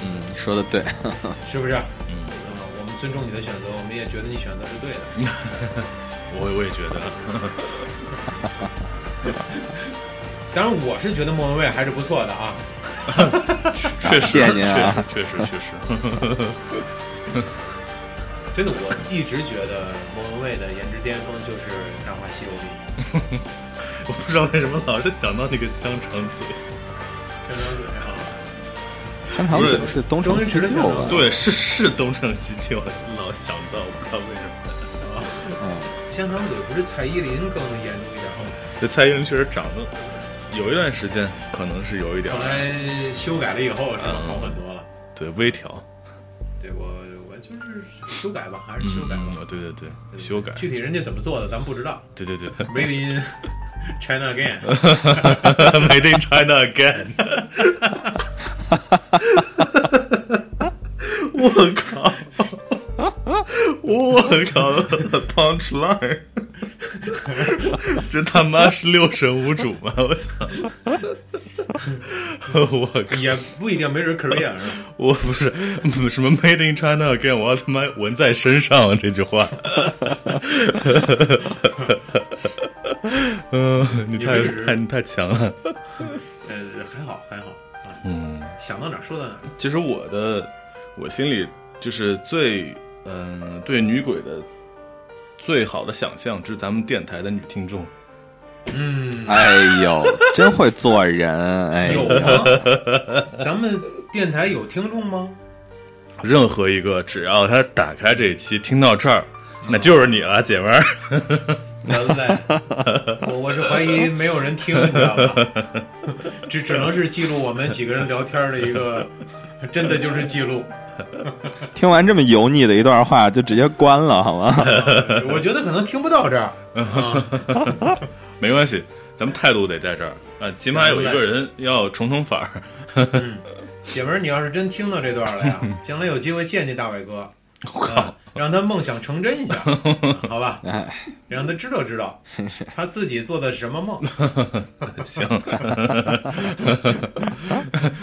Speaker 3: 嗯，说的对，
Speaker 2: 是不是？
Speaker 1: 嗯
Speaker 2: 啊，我们尊重你的选择，我们也觉得你选择是对的。
Speaker 1: 我我也觉得，
Speaker 2: 当然，我是觉得莫文蔚还是不错的啊。
Speaker 1: 确实，
Speaker 3: 谢谢您啊
Speaker 1: 确实，确实，确 实。
Speaker 2: 真的，我一直觉得莫文蔚的颜值巅峰就是《大话西游》里
Speaker 1: 我不知道为什么老是想到那个香肠嘴，
Speaker 2: 香肠嘴啊。
Speaker 3: 香肠嘴是东成西就吧？
Speaker 1: 对，是是东成西就，老想到，我不知道为什么。
Speaker 3: 嗯，
Speaker 2: 香肠嘴不是蔡依林更严重一点吗？
Speaker 1: 这蔡依林确实长得有一段时间可能是有一点
Speaker 2: 后来修改了以后，是吧？好很多了。
Speaker 1: 对微调，
Speaker 2: 对我，我就是修改吧，还是
Speaker 1: 嗯
Speaker 2: 修改吧。
Speaker 1: 嗯对对对，修改，嗯
Speaker 2: 具体人家怎么做的，咱们不知道。
Speaker 1: 对对对
Speaker 2: Made in China again，
Speaker 1: ，Made in China again。我靠！我靠！Punch line，这他妈是六神无主吗？我操！我靠！
Speaker 2: 也不一定，没准 Korea 是吧？
Speaker 1: 我不是嗯什么 Made in China again，我要他妈纹在身上这句 话。嗯，你太
Speaker 2: 也不是
Speaker 1: 太你太强了。嗯
Speaker 2: 呃，还好还好。嗯，想到哪儿说到哪儿。
Speaker 1: 其实我的我心里就是最嗯、对女鬼的最好的想象，就是咱们电台的女听众。
Speaker 2: 嗯，
Speaker 3: 哎呦，真会做人！哎
Speaker 2: 有
Speaker 3: 呦，
Speaker 2: 吗？ 咱们电台有听众吗？
Speaker 1: 任何一个只要他打开这一期听到这儿，那就是你了，姐们儿。
Speaker 2: 人类，我我是怀疑没有人听，你知道吧？ 只只能是记录我们几个人聊天的一个，真的就是记录。
Speaker 3: 听完这么油腻的一段话，就直接关了好吗？
Speaker 2: 我觉得可能听不到这儿，
Speaker 1: 没关系，咱们态度得在这儿啊，起码有一个人要重重反儿。
Speaker 2: 姐们儿，你要是真听到这段了呀，将来有机会见见大伟哥，
Speaker 1: 我靠
Speaker 2: 啊，让他梦想成真一下，好吧？
Speaker 3: 哎，
Speaker 2: 让他知道知道他自己做的什么梦。
Speaker 1: 行，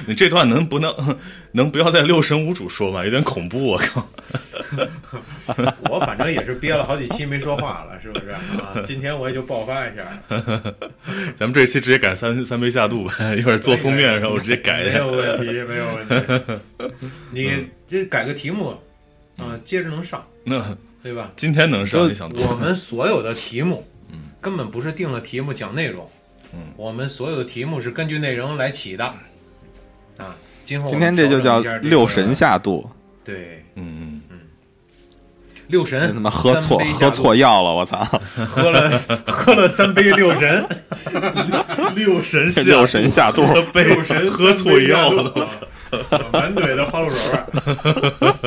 Speaker 1: 你这段能不能 能不要在六神无主说吗？有点恐怖，我靠。
Speaker 2: 我反正也是憋了好几期没说话了，是不是啊？今天我也就爆发一下，
Speaker 1: 咱们这期直接改三三杯下肚呗， 一会儿做封面的时候我直接改一
Speaker 2: 没
Speaker 1: 下
Speaker 2: 有。问题，没有问题。 你
Speaker 1: 嗯
Speaker 2: 这改个题目啊，接着能上，
Speaker 1: 那
Speaker 2: 对吧？
Speaker 1: 今天能嗯上嗯
Speaker 3: 就
Speaker 1: 你想
Speaker 2: 我
Speaker 1: 做？
Speaker 2: 们所有的题目，根本不是定了题目讲内容，
Speaker 1: 嗯
Speaker 2: 我们所有的题目是根据内容来起的，
Speaker 1: 嗯
Speaker 2: 啊，今后我
Speaker 3: 今
Speaker 2: 们
Speaker 3: 天这就叫
Speaker 2: 调整一下这个
Speaker 3: 六神下肚，
Speaker 2: 对
Speaker 1: 嗯嗯，
Speaker 2: 六
Speaker 3: 真
Speaker 2: 神
Speaker 3: 他妈喝错
Speaker 2: 三杯下
Speaker 3: 喝
Speaker 2: 肚
Speaker 3: 错药了，我操！
Speaker 2: 喝了喝了三杯六 神，
Speaker 1: 六神下
Speaker 3: 六神 下肚，
Speaker 1: 被
Speaker 2: 六神
Speaker 1: 喝
Speaker 2: 三
Speaker 1: 错
Speaker 2: 杯下
Speaker 1: 药
Speaker 2: 肚
Speaker 1: 了。
Speaker 2: 啊满嘴的花露水味儿。啊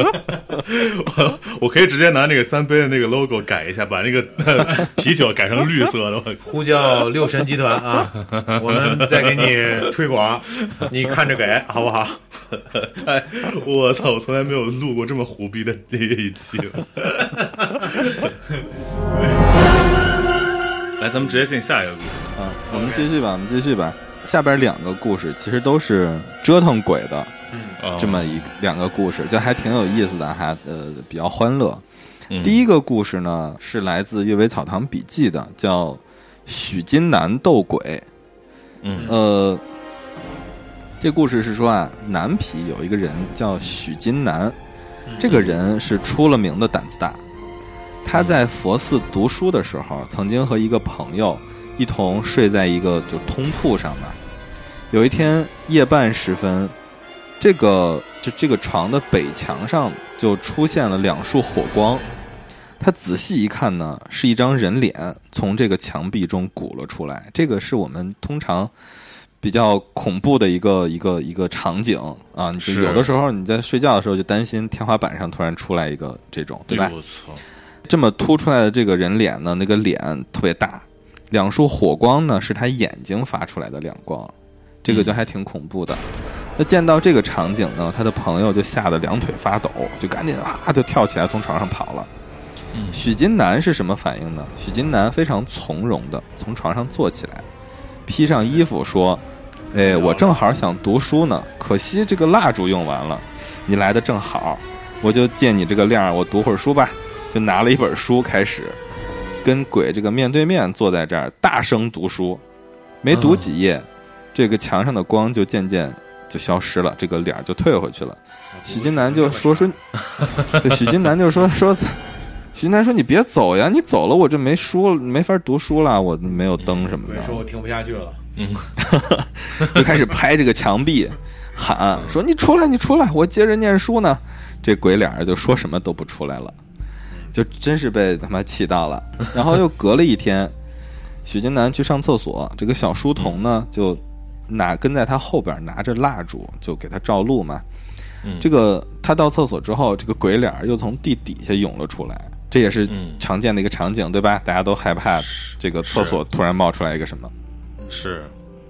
Speaker 1: 我我可以直接拿那个三杯的那个 logo 改一下，把那个啤酒改成绿色的。 我靠
Speaker 2: 呼叫六神集团 啊，我们再给你推广，你看着给好不好？
Speaker 1: 太，哎我操！我从来没有录过这么胡逼的那一期 了。来，咱们直接进下一个故事。
Speaker 3: 嗯，我们继续吧，我们继续吧。下边两个故事其实都是折腾鬼的
Speaker 2: 嗯
Speaker 1: 啊
Speaker 3: 这么一两个故事，就还挺有意思的，还呃比较欢乐。
Speaker 1: 嗯
Speaker 3: 第一个故事呢是来自《阅微草堂笔记》的，叫《许金南斗鬼》。
Speaker 1: 嗯
Speaker 3: 呃，这故事是说啊，南皮有一个人叫许金南，
Speaker 2: 嗯
Speaker 3: 这个人是出了名的胆子大。他在佛寺读书的时候，曾经和一个朋友一同睡在一个就通铺上吧。有一天夜半时分，这个就这个床的北墙上就出现了两束火光。他仔细一看呢，是一张人脸从这个墙壁中鼓了出来。这个是我们通常比较恐怖的一个一个一个场景啊。你就是有的时候你在睡觉的时候就担心天花板上突然出来一个这种，对吧
Speaker 1: 哎？我操！
Speaker 3: 这么凸出来的这个人脸呢，那个脸特别大，两束火光呢是他眼睛发出来的亮光，这个就还挺恐怖的。那见到这个场景呢，他的朋友就吓得两腿发抖，就赶紧啊就跳起来从床上跑了。许金南是什么反应呢？许金南非常从容的从床上坐起来，披上衣服说：“哎，我正好想读书呢，可惜这个蜡烛用完了，你来的正好，我就借你这个亮儿，我读会儿书吧。”就拿了一本书开始跟鬼这个面对面坐在这儿大声读书，没读几页，这个墙上的光就渐渐就消失了，这个脸儿就退回去了。许金南就说说，对，许金南就说说，许金南说你别走呀，你走了我这没书了，没法读书了，我没有灯什么
Speaker 2: 鬼
Speaker 3: 的。
Speaker 2: 说我听不下去了，
Speaker 3: 就开始拍这个墙壁，喊说：“你出来，你出来，我接着念书呢。”这鬼脸儿就说什么都不出来了，就真是被他妈气到了。然后又隔了一天，许金南去上厕所，这个小书童呢就拿跟在他后边拿着蜡烛，就给他照路嘛。
Speaker 1: 嗯
Speaker 3: 这个他到厕所之后，这个鬼脸儿又从地底下涌了出来，这也是
Speaker 1: 嗯
Speaker 3: 常见的一个场景，对吧？大家都害怕这个厕
Speaker 1: 是
Speaker 3: 所突然冒出来一个什么。
Speaker 1: 是，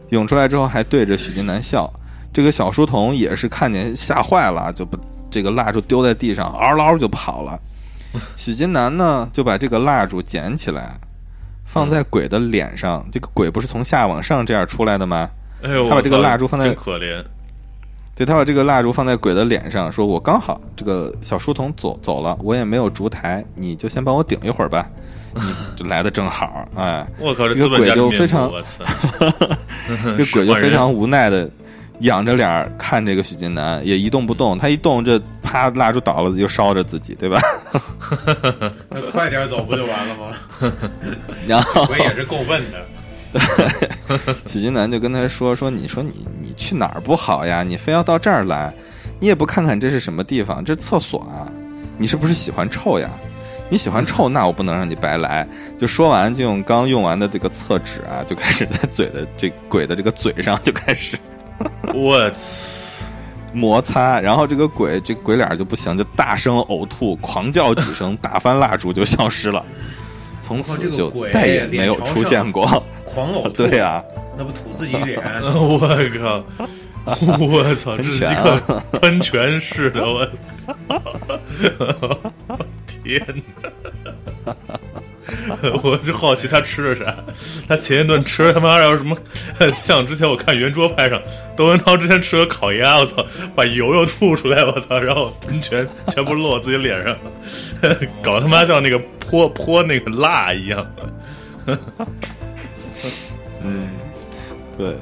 Speaker 3: 涌出来之后还对着许金南笑。这个小书童也是看见吓坏了，就把这个蜡烛丢在地上，嗷嗷就跑了。许金南呢就把这个蜡烛捡起来，放在鬼的脸上。这个鬼不是从下往上这样出来的吗？
Speaker 1: 哎呦，
Speaker 3: 他把这个
Speaker 1: 我操
Speaker 3: 蜡烛放在
Speaker 1: 真可怜，
Speaker 3: 对他把这个蜡烛放在鬼的脸上，说：“我刚好这个小书童走走了，我也没有烛台，你就先帮我顶一会儿吧。”你就来的正好，哎，
Speaker 1: 我靠，
Speaker 3: 这
Speaker 1: 这资
Speaker 3: 个
Speaker 1: 本家的
Speaker 3: 鬼就
Speaker 1: 面
Speaker 3: 非常
Speaker 1: 目我操，
Speaker 3: 这鬼就非常无奈的，仰着脸儿看这个许晋南，也一动不动。他一动，这啪蜡烛倒了就烧着自己，对吧？
Speaker 2: 那快点走不就完了吗？
Speaker 3: 然 后
Speaker 2: 鬼也是够笨的，
Speaker 3: 许晋南就跟他说：“说你说你你去哪儿不好呀？你非要到这儿来，你也不看看这是什么地方？这厕所啊，你是不是喜欢臭呀？你喜欢臭，那我不能让你白来。”就说完，就用刚用完的这个厕纸啊，就开始在嘴的这鬼的这个嘴上就开始
Speaker 1: 我操，
Speaker 3: 摩擦，然后这个鬼这鬼脸儿就不行，就大声呕吐，狂叫几声，打翻蜡烛就消 失了，从
Speaker 2: 靠
Speaker 3: 此
Speaker 2: 这个
Speaker 3: 就
Speaker 2: 鬼
Speaker 3: 再也没有
Speaker 2: 脸朝
Speaker 3: 出
Speaker 2: 上
Speaker 3: 现过。
Speaker 2: 狂呕吐，
Speaker 3: 对啊呀、
Speaker 2: 那不吐自己脸？
Speaker 1: 我靠！我操，这是
Speaker 3: 喷
Speaker 1: 一
Speaker 3: 泉啊
Speaker 1: 个喷泉式的，我天哪！我就好奇他吃了啥，他前一顿吃他妈还有什么？像之前我看圆桌派上窦文涛之前吃了烤鸭，我操，把油又吐出来，我操，然后喷泉全部落我自己脸上， 搞他妈像那个泼泼那个蜡一样。
Speaker 3: 对，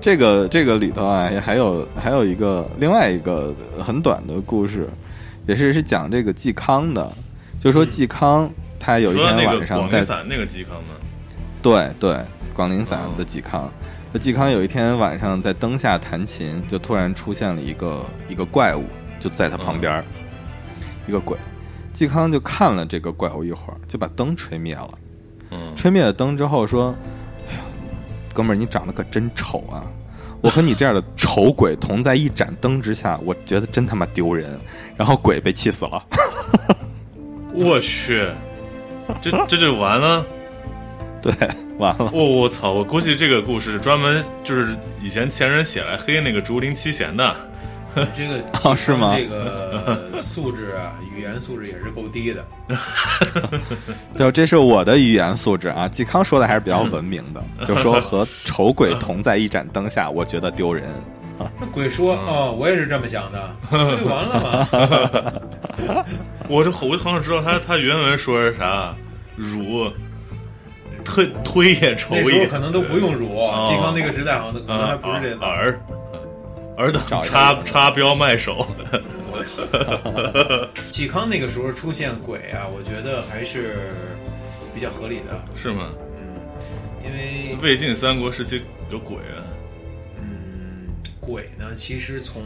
Speaker 3: 这个这个里头啊，也还有还有一个另外一个很短的故事，也是是讲这个季康的，就
Speaker 2: 嗯
Speaker 3: 说季康他有一
Speaker 1: 说
Speaker 3: 天
Speaker 1: 那个
Speaker 3: 晚上
Speaker 1: 广
Speaker 3: 在
Speaker 1: 陵散那个嵇康吗？
Speaker 3: 对对，广陵散的嵇康。那嵇康有一天晚上在灯下弹琴，就突然出现了一个一个怪物，就在他旁边儿，一个鬼。嵇康就看了这个怪物一会儿，就把灯吹灭了。
Speaker 1: 嗯，
Speaker 3: 吹灭了灯之后说：“哎呦，哥们儿，你长得可真丑啊！我和你这样的丑鬼同在一盏灯之下，我觉得真他妈丢人。”然后鬼被气死了。
Speaker 1: 我去，这这就完了。
Speaker 3: 对，完了。
Speaker 1: 我、我操！我估计这个故事专门就是以前前人写来黑那个竹林七贤的。
Speaker 2: 这个
Speaker 3: 哦是吗
Speaker 2: 这个素质啊，语言素质也是够低的。
Speaker 3: 就这是我的语言素质啊，季康说的还是比较文明的，就说和丑鬼同在一盏灯下，我觉得丢人。
Speaker 2: 那鬼说：“
Speaker 3: 嗯
Speaker 2: 哦，我也是这么想的，那就完 了嘛。
Speaker 1: 我这我好想知道他他原文说是啥，辱，推推也愁
Speaker 2: 那时候
Speaker 1: 也，
Speaker 2: 可能都不用辱，
Speaker 3: 哦
Speaker 2: 嵇康那个时代好像可能还
Speaker 1: 啊
Speaker 2: 不是这个。
Speaker 1: 儿儿的
Speaker 3: 找一下
Speaker 1: 插插标卖首，
Speaker 2: 我 嵇康那个时候出现鬼啊，我觉得还是比较合理的，
Speaker 1: 是吗？
Speaker 2: 因为
Speaker 1: 魏晋三国时期有鬼啊，
Speaker 2: 嗯，鬼呢，其实从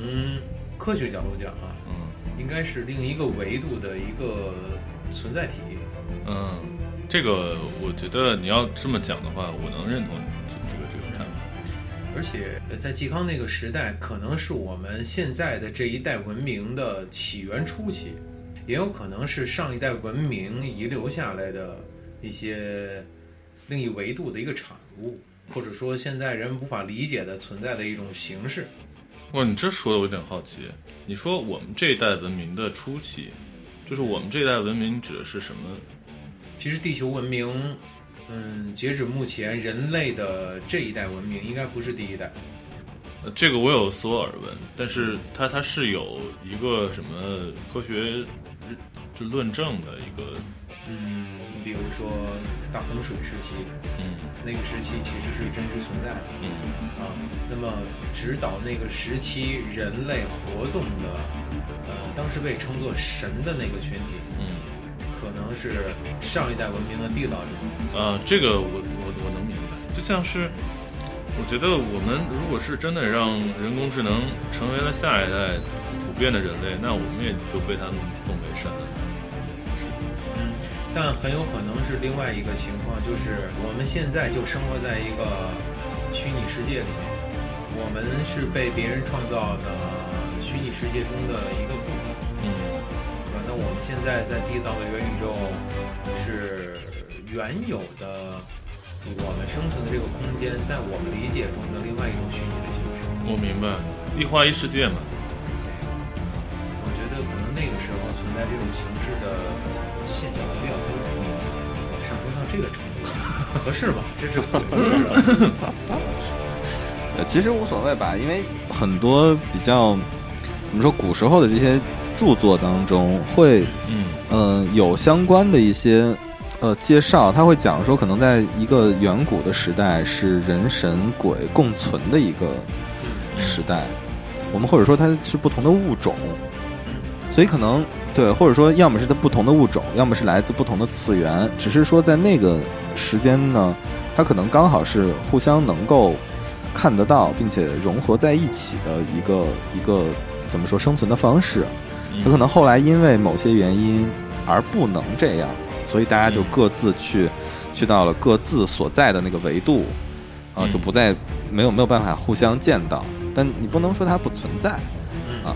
Speaker 2: 科学角度讲啊，
Speaker 1: 嗯
Speaker 2: 应该是另一个维度的一个存在体。
Speaker 1: 嗯，这个我觉得你要这么讲的话，我能认同这这个这个看法。
Speaker 2: 而且呃在嵇康那个时代，可能是我们现在的这一代文明的起源初期，也有可能是上一代文明遗留下来的一些另一维度的一个产物，或者说现在人无法理解的存在的一种形式。
Speaker 1: 哇，你这说的我有点好奇。你说我们这一代文明的初期，就是我们这一代文明指的是什么？
Speaker 2: 其实地球文明，嗯，截止目前，人类的这一代文明应该不是第一代。
Speaker 1: 呃这个我有所耳闻，但是它它是有一个什么科学就论证的一个，
Speaker 2: 嗯，比如说大洪水时期，
Speaker 1: 嗯
Speaker 2: 那个时期其实是真实存在的。
Speaker 1: 嗯
Speaker 2: 啊，那么指导那个时期人类活动的，呃，当时被称作神的那个群体，
Speaker 1: 嗯
Speaker 2: 可能是上一代文明的缔造者。
Speaker 1: 啊，这个我我我能明白，就像是。我觉得我们如果是真的让人工智能成为了下一代普遍的人类，那我们也就被他们奉为神了。
Speaker 2: 嗯，但很有可能是另外一个情况，就是我们现在就生活在一个虚拟世界里面，我们是被别人创造的虚拟世界中的一个部分。
Speaker 1: 嗯
Speaker 2: 啊，那我们现在在地道的元宇宙是原有的我们生存的这个空间，在我们理解中的另外一种虚拟的形式。
Speaker 1: 我明白，一花一世界嘛。
Speaker 2: 我觉得可能那个时候存在这种形式的现象会比较多，上升到这个程度合适吧？这是鬼故事啊。
Speaker 3: 呃，其实无所谓吧，因为很多比较怎么说，古时候的这些著作当中会
Speaker 1: 嗯
Speaker 3: 呃有相关的一些呃介绍，他会讲说，可能在一个远古的时代是人神鬼共存的一个时代，我们或者说它是不同的物种，所以可能对，或者说要么是它不同的物种，要么是来自不同的次元，只是说在那个时间呢，它可能刚好是互相能够看得到，并且融合在一起的一个一个怎么说生存的方式。有可能后来因为某些原因而不能这样，所以大家就各自去去到了各自所在的那个维度，啊，
Speaker 1: 嗯
Speaker 3: 就不再没有没有办法互相见到。但你不能说它不存在，啊，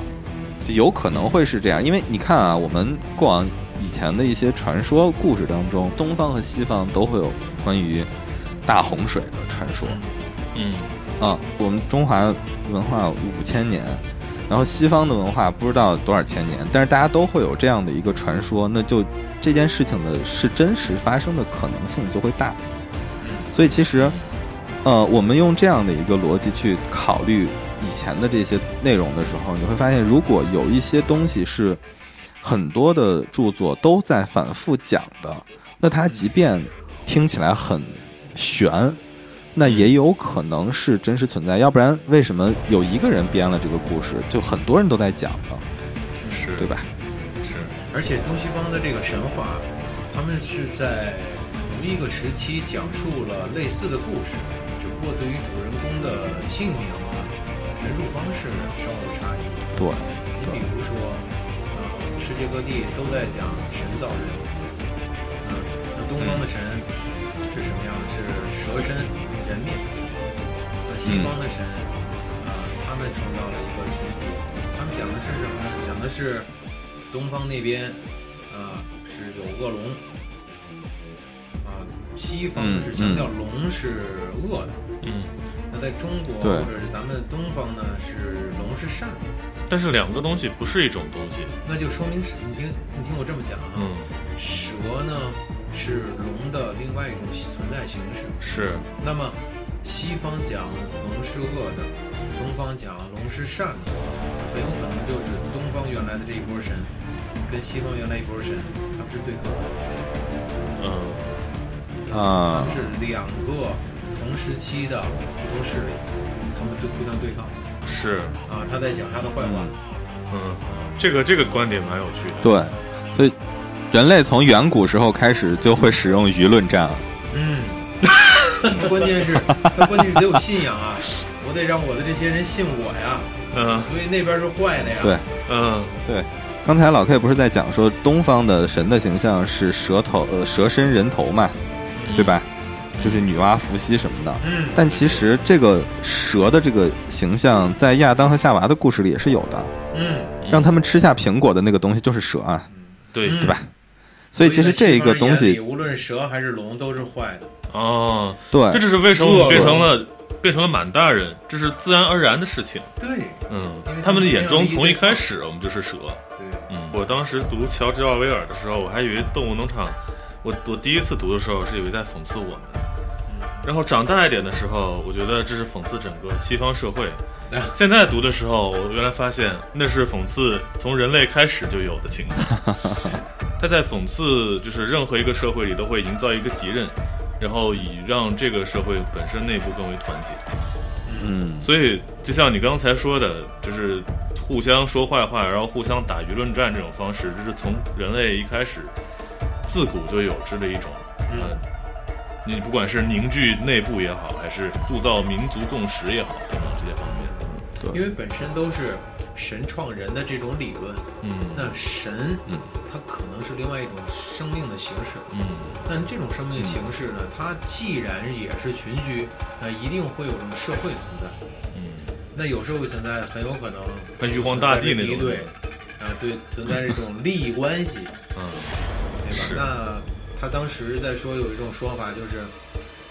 Speaker 3: 就有可能会是这样，因为你看啊，我们过往以前的一些传说故事当中，东方和西方都会有关于大洪水的传说。
Speaker 1: 嗯
Speaker 3: 啊，我们中华文化五千年，然后西方的文化不知道多少千年，但是大家都会有这样的一个传说，那就这件事情的是真实发生的可能性就会大。所以其实，呃，我们用这样的一个逻辑去考虑以前的这些内容的时候，你会发现，如果有一些东西是很多的著作都在反复讲的，那它即便听起来很悬，那也有可能是真实存在。要不然，为什么有一个人编了这个故事，就很多人都在讲呢？
Speaker 1: 是
Speaker 3: 对吧？
Speaker 1: 是
Speaker 2: 而且东西方的这个神话，他们是在同一个时期讲述了类似的故事，只不过对于主人公的姓名啊、陈述方式稍有差异。
Speaker 3: 对，
Speaker 2: 你比如说，呃，世界各地都在讲神造人，啊、那东方的神是什么样的？是蛇身人面。那西
Speaker 3: 嗯
Speaker 2: 方的神，啊、他们创造了一个群体，他们讲的是什么呢？讲的是东方那边，啊、是有恶龙，啊、西方呢
Speaker 3: 嗯
Speaker 2: 是强调
Speaker 3: 嗯
Speaker 2: 龙是恶的。
Speaker 1: 嗯，
Speaker 2: 那在中国
Speaker 3: 对
Speaker 2: 或者是咱们东方呢，是龙是善的。
Speaker 1: 但是两个东西不是一种东西。啊
Speaker 2: 那就说明是，你听，你听我这么讲
Speaker 1: 嗯，
Speaker 2: 啊，蛇呢是龙的另外一种存在形式。
Speaker 1: 是
Speaker 2: 那么，西方讲龙是恶的，东方讲龙是善的，很有可能就是东方原来的这一波神，跟西方原来一波神，他们是对抗的，
Speaker 1: 嗯
Speaker 2: 他
Speaker 3: 啊
Speaker 2: 们、是两个同时期的不同势力，他们对互相对抗
Speaker 1: 是
Speaker 2: 啊，他在讲他的坏话，
Speaker 1: 嗯，这个这个观点蛮有趣的。
Speaker 3: 对，所以人类从远古时候开始就会使用舆论战了。
Speaker 2: 嗯， 关键是，他关键是得有信仰啊，我得让我的这些人信我呀，
Speaker 1: 嗯
Speaker 2: 所以那边是坏的呀。
Speaker 3: 对
Speaker 1: 嗯
Speaker 3: 对，刚才老 K 不是在讲说东方的神的形象是蛇头呃蛇身人头嘛，对吧？就是女娲、伏羲什么的。
Speaker 2: 嗯，
Speaker 3: 但其实这个蛇的这个形象在亚当和夏娃的故事里也是有的，
Speaker 2: 嗯，
Speaker 3: 让他们吃下苹果的那个东西就是蛇啊，
Speaker 1: 对
Speaker 2: 嗯
Speaker 3: 对吧？所以其实这一个东
Speaker 2: 所以在西方人眼里
Speaker 3: 西，
Speaker 2: 无论蛇还是龙都是坏的。
Speaker 1: 哦，这
Speaker 3: 对
Speaker 1: 就是为什么我们变成了变成了满大人，这是自然而然的事情。
Speaker 2: 对
Speaker 1: 嗯
Speaker 2: 因为，
Speaker 1: 他们的眼中
Speaker 2: 他们
Speaker 1: 从一
Speaker 2: 一定要
Speaker 1: 开始我们就是蛇。
Speaker 2: 对，
Speaker 1: 嗯，我当时读乔治奥威尔的时候，我还以为《动物农场》我，我第一次读的时候是以为在讽刺我们，然后长大一点的时候，我觉得这是讽刺整个西方社会
Speaker 2: 啊。
Speaker 1: 现在读的时候，我原来发现那是讽刺从人类开始就有的情况。他在讽刺，就是任何一个社会里都会营造一个敌人，然后以让这个社会本身内部更为团结。
Speaker 3: 嗯，
Speaker 1: 所以，就像你刚才说的，就是互相说坏话，然后互相打舆论战这种方式，这是从人类一开始自古就有之的一种。
Speaker 2: 嗯
Speaker 1: 呃你不管是凝聚内部也好，还是铸造民族共识也好，等等这些方面，
Speaker 2: 因为本身都是神创人的这种理论，
Speaker 1: 嗯
Speaker 2: 那神，
Speaker 3: 嗯，
Speaker 2: 它可能是另外一种生命的形式。
Speaker 1: 嗯
Speaker 2: 但这种生
Speaker 3: 嗯
Speaker 2: 命形式呢，它既然也是群居，那一定会有这种社会存在。
Speaker 1: 嗯，
Speaker 2: 那有社会存在，很有可能
Speaker 1: 像玉皇大帝那
Speaker 2: 一
Speaker 1: 种，
Speaker 2: 对，啊，对，存在这种利益关系，
Speaker 1: 嗯是
Speaker 2: 对吧？那他当时在说有一种说法就是，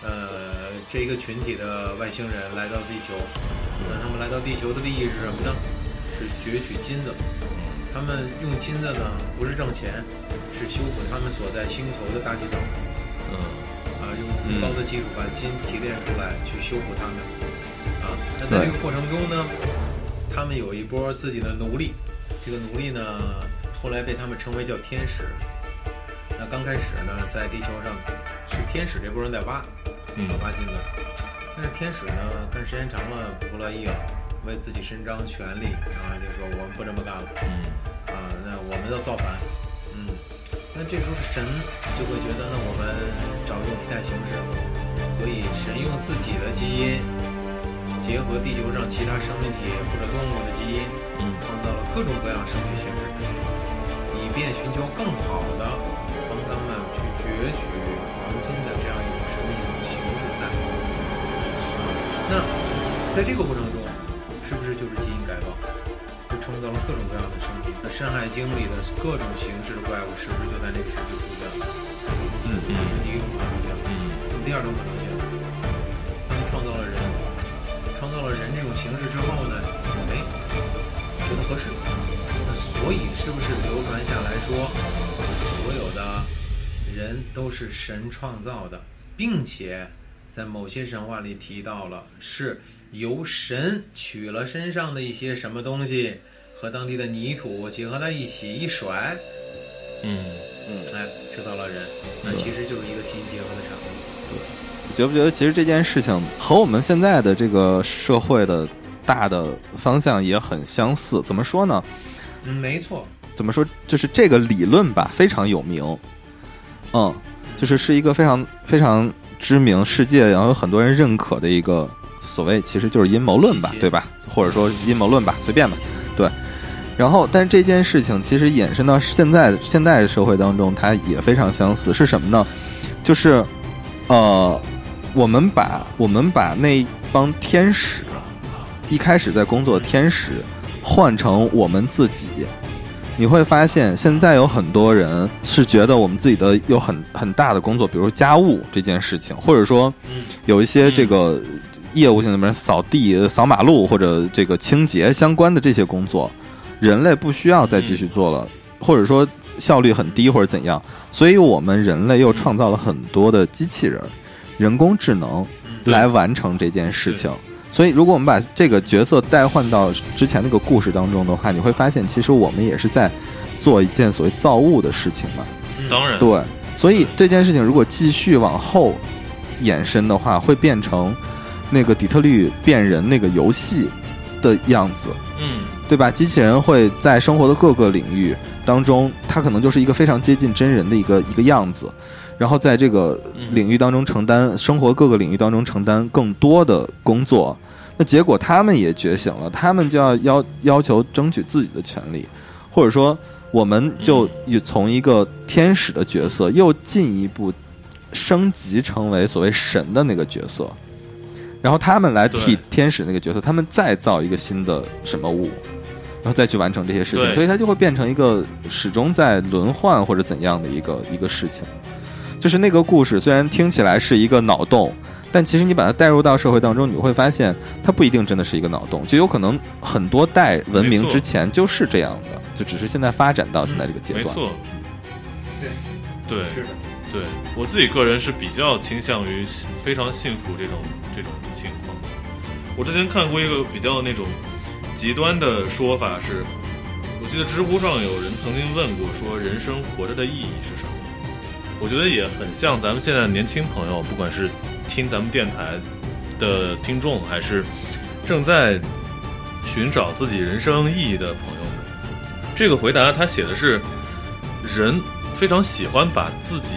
Speaker 2: 呃，这一个群体的外星人来到地球，那他们来到地球的利益是什么呢？是攫取金子。他们用金子呢，不是挣钱，是修补他们所在星球的大气层。
Speaker 1: 嗯
Speaker 2: 啊，
Speaker 3: 嗯
Speaker 2: 用高的技术把金提炼出来去修复它们。啊，那在这个过程中呢，他们有一波自己的奴隶，这个奴隶呢后来被他们称为叫天使。那刚开始呢，在地球上是天使这波人在挖，
Speaker 1: 嗯
Speaker 2: 挖金子，但是天使呢，跟时间长了不乐意了，为自己伸张权利，然后就说我们不这么干了
Speaker 1: 嗯
Speaker 2: 啊，那我们要造反，嗯，那这时候神就会觉得，那我们找一种替代形式，所以神用自己的基因结合地球上其他生命体或者动物的基因，
Speaker 1: 嗯
Speaker 2: 创造了各种各样生命形式，以便寻求更好的帮他们去攫取黄金的这样一种生命形式在。啊那在这个过程中，是不是就是基因改造，就创造了各种各样的生命？那《山海经》里的各种形式的怪物，是不是就在那个时期出现了？
Speaker 3: 嗯
Speaker 2: 这是第一种可能性。那么第二种可能性，他们创造了人，创造了人这种形式之后呢，哎，觉得合适，那所以是不是流传下来说，所有的人都是神创造的，并且在某些神话里提到了是由神取了身上的一些什么东西和当地的泥土结合在一起一甩，
Speaker 1: 嗯
Speaker 2: 哎，制造了人，那其实就是一个基因结合的产物。
Speaker 3: 觉不觉得其实这件事情和我们现在的这个社会的大的方向也很相似？怎么说呢？
Speaker 2: 嗯，没错，
Speaker 3: 怎么说？就是这个理论吧，非常有名。嗯，就是是一个非常非常知名、世界然后有很多人认可的一个所谓，其实就是阴谋论吧
Speaker 2: 细，节
Speaker 3: 对吧？或者说阴谋论吧，随便吧。
Speaker 2: 其实
Speaker 3: 然后，但是这件事情其实衍生到现在现代社会当中，它也非常相似。是什么呢？就是，呃，我们把我们把那帮天使，一开始在工作的天使，换成我们自己，你会发现现在有很多人是觉得我们自己的有很很大的工作，比如家务这件事情，或者说
Speaker 2: 嗯
Speaker 3: 有一些这个业务性的，比如扫地、扫马路或者这个清洁相关的这些工作，人类不需要再继续做了，或者说效率很低或者怎样，所以我们人类又创造了很多的机器人、人工智能
Speaker 2: 嗯，
Speaker 3: 来完成这件事情。所以，如果我们把这个角色代换到之前那个故事当中的话，你会发现，其实我们也是在做一件所谓造物的事情嘛。
Speaker 2: 嗯
Speaker 1: 当然
Speaker 3: 对，所以这件事情如果继续往后延伸的话，会变成那个底特律变人那个游戏的样子，
Speaker 1: 嗯
Speaker 3: 对吧？机器人会在生活的各个领域当中，它可能就是一个非常接近真人的一个一个样子，然后在这个领域当中承担生活各个领域当中承担更多的工作。那结果他们也觉醒了，他们就要要要求争取自己的权利，或者说，我们就也从一个天使的角色又进一步升级成为所谓神的那个角色，然后他们来替
Speaker 1: 对
Speaker 3: 天使那个角色，他们再造一个新的什么物，然后再去完成这些事情，
Speaker 1: 对
Speaker 3: 所以它就会变成一个始终在轮换或者怎样的一个一个事情。就是那个故事虽然听起来是一个脑洞，但其实你把它带入到社会当中，你会发现它不一定真的是一个脑洞，就有可能很多代文明
Speaker 1: 没错
Speaker 3: 之前就是这样的，就只是现在发展到现在这个阶
Speaker 1: 没
Speaker 3: 段。嗯
Speaker 1: 错，对
Speaker 2: 是的，
Speaker 1: 对，我自己个人是比较倾向于非常信服这种这种情况。我之前看过一个比较那种极端的说法是，我记得知乎上有人曾经问过说人生活着的意义是什么？我觉得也很像咱们现在的年轻朋友，不管是听咱们电台的听众，还是正在寻找自己人生意义的朋友们，这个回答他写的是人非常喜欢把自己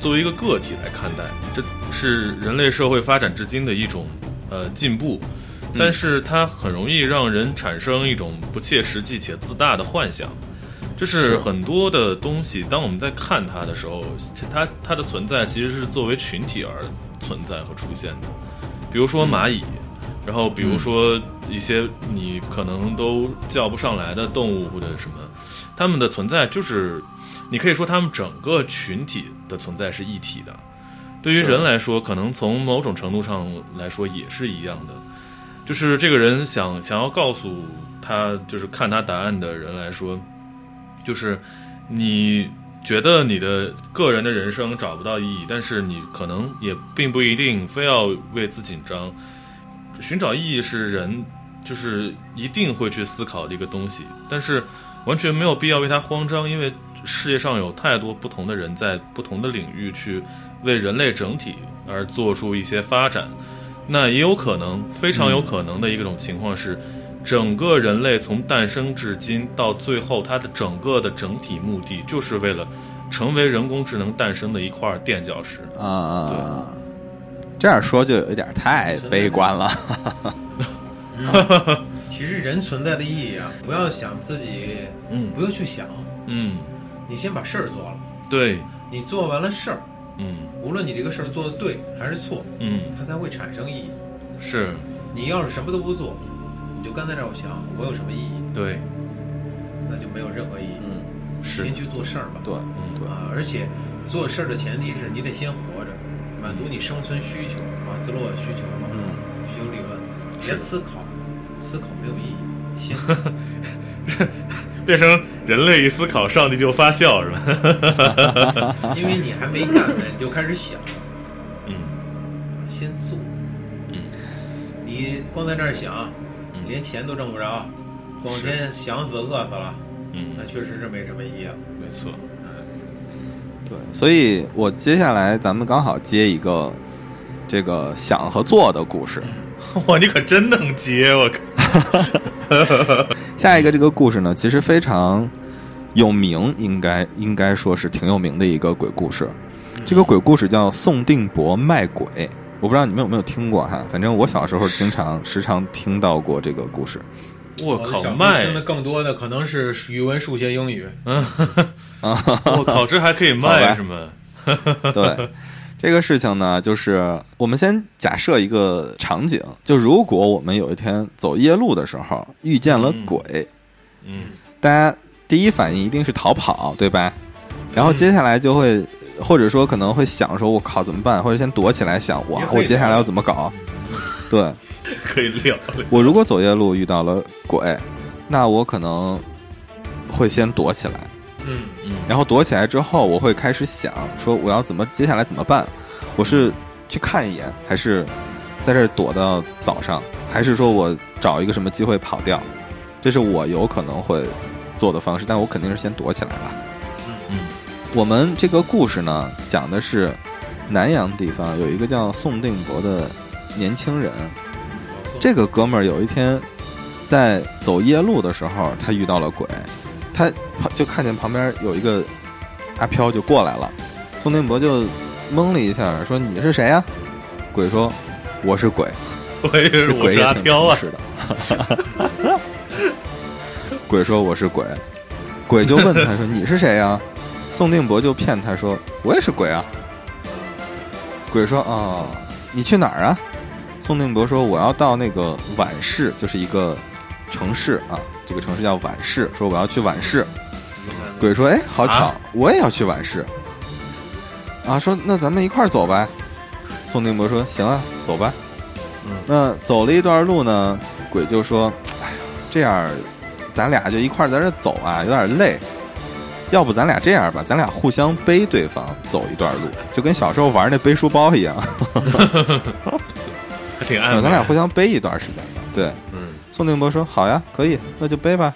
Speaker 1: 作为一个个体来看待，这是人类社会发展至今的一种呃进步，但是它很容易让人产生一种不切实际且自大的幻想。这是
Speaker 3: 是
Speaker 1: 很多的东西，当我们在看它的时候，它它的存在其实是作为群体而存在和出现的。比如说蚂蚁，然后比如说一些你可能都叫不上来的动物或者什么，它们的存在就是，你可以说它们整个群体的存在是一体的。对于人来说，可能从某种程度上来说也是一样的，就是这个人想想要告诉他，就是看他答案的人来说，就是你觉得你的个人的人生找不到意义，但是你可能也并不一定非要为此紧张。寻找意义是人就是一定会去思考的一个东西，但是完全没有必要为它慌张，因为世界上有太多不同的人在不同的领域去为人类整体而做出一些发展。那也有可能，非常有可能的一种情况是，整个人类从诞生至今到最后，它的整个的整体目的就是为了成为人工智能诞生的一块垫脚石。
Speaker 3: 啊，这样说就有一点太悲观了。
Speaker 2: 其实人存在的意义啊，不要想自己，
Speaker 1: 嗯
Speaker 2: 不用去想，
Speaker 1: 嗯，
Speaker 2: 你先把事儿做了，
Speaker 1: 对，
Speaker 2: 你做完了事儿，
Speaker 1: 嗯
Speaker 2: 无论你这个事儿做的对还是错，
Speaker 1: 嗯，
Speaker 2: 它才会产生意义。
Speaker 1: 是
Speaker 2: 你要是什么都不做，你就干在这儿想我有什么意义，
Speaker 1: 对，
Speaker 2: 那就没有任何意义。
Speaker 3: 嗯，
Speaker 1: 是
Speaker 2: 先去做事儿吧。
Speaker 3: 对，对，
Speaker 2: 啊，而且做事儿的前提是你得先活着，满足你生存需求，马斯洛需求嘛，
Speaker 3: 嗯，
Speaker 2: 需求理论。别思考，思考没有意义。先
Speaker 1: 变成人类一思考，上帝就发笑，是吧？
Speaker 2: 因为你还没干呢，你就开始想，
Speaker 1: 嗯
Speaker 2: 先做。
Speaker 1: 嗯，
Speaker 2: 你光在那儿想，
Speaker 1: 嗯
Speaker 2: 你连钱都挣不着，光天想死饿死了，那
Speaker 1: 嗯，
Speaker 2: 确实是没什么意义了。
Speaker 1: 没错，
Speaker 3: 对，所以我接下来咱们刚好接一个这个想和做的故事。
Speaker 1: 哇，你可真能接，我靠！
Speaker 3: 下一个这个故事呢，其实非常有名，应该应该说是挺有名的一个鬼故事。这个鬼故事叫宋定伯卖鬼，我不知道你们有没有听过哈，反正我小时候经常时常听到过这个故事。
Speaker 1: 我
Speaker 2: 的
Speaker 1: 靠，
Speaker 2: 小时候
Speaker 1: 卖
Speaker 2: 听的更多的可能是语文、数学、英语。
Speaker 1: 我靠，这还可以
Speaker 3: 好
Speaker 1: 卖
Speaker 3: 吧
Speaker 1: 是吗？
Speaker 3: 对，这个事情呢，就是我们先假设一个场景，就如果我们有一天走夜路的时候遇见了鬼，
Speaker 1: 嗯
Speaker 3: 大家第一反应一定是逃跑，对吧？然后接下来就会，或者说可能会想说，我靠，怎么办？或者先躲起来想，哇
Speaker 2: 也，可以
Speaker 3: 我接下来要怎么搞？对
Speaker 1: 可以聊聊。
Speaker 3: 我如果走夜路遇到了鬼，那我可能会先躲起来，
Speaker 2: 嗯，
Speaker 3: 然后躲起来之后，我会开始想说，我要怎么接下来怎么办？我是去看一眼，还是在这儿躲到早上，还是说我找一个什么机会跑掉？这是我有可能会做的方式，但我肯定是先躲起来了。
Speaker 1: 嗯，
Speaker 3: 我们这个故事呢，讲的是南阳地方有一个叫宋定伯的年轻人，这个哥们儿有一天在走夜路的时候，他遇到了鬼，他就看见旁边有一个阿飘就过来了，宋定伯就懵了一下，说：“你是谁呀、鬼说：“我是鬼。”
Speaker 1: 我以为
Speaker 3: 这
Speaker 1: 我
Speaker 3: 鬼
Speaker 1: 是
Speaker 3: 也
Speaker 1: 阿
Speaker 3: 挺
Speaker 1: 飘
Speaker 3: 诚
Speaker 1: 啊，
Speaker 3: 实的。鬼说我是鬼，鬼就问他说你是谁呀、啊宋定伯就骗他说我也是鬼啊。鬼说哦，你去哪儿啊？宋定伯说我要到那个宛市，就是一个城市啊，这个城市叫宛市，说我要去宛市。鬼说：“哎，好巧，
Speaker 1: 啊
Speaker 3: 我也要去晚市。”啊，说那咱们一块儿走吧。宋定伯说：“行啊，走吧。”
Speaker 1: 嗯，
Speaker 3: 那走了一段路呢，鬼就说：“哎呀，这样儿咱俩就一块儿在这儿走啊，有点累。要不咱俩这样吧，咱俩互相背对方走一段路，就跟小时候玩那背书包一样，
Speaker 1: 还挺暗
Speaker 3: 咱
Speaker 1: 昧。
Speaker 3: 俩互相背一段时间吧。”对，
Speaker 1: 嗯
Speaker 3: 宋定伯说：“好呀，可以，那就背吧。”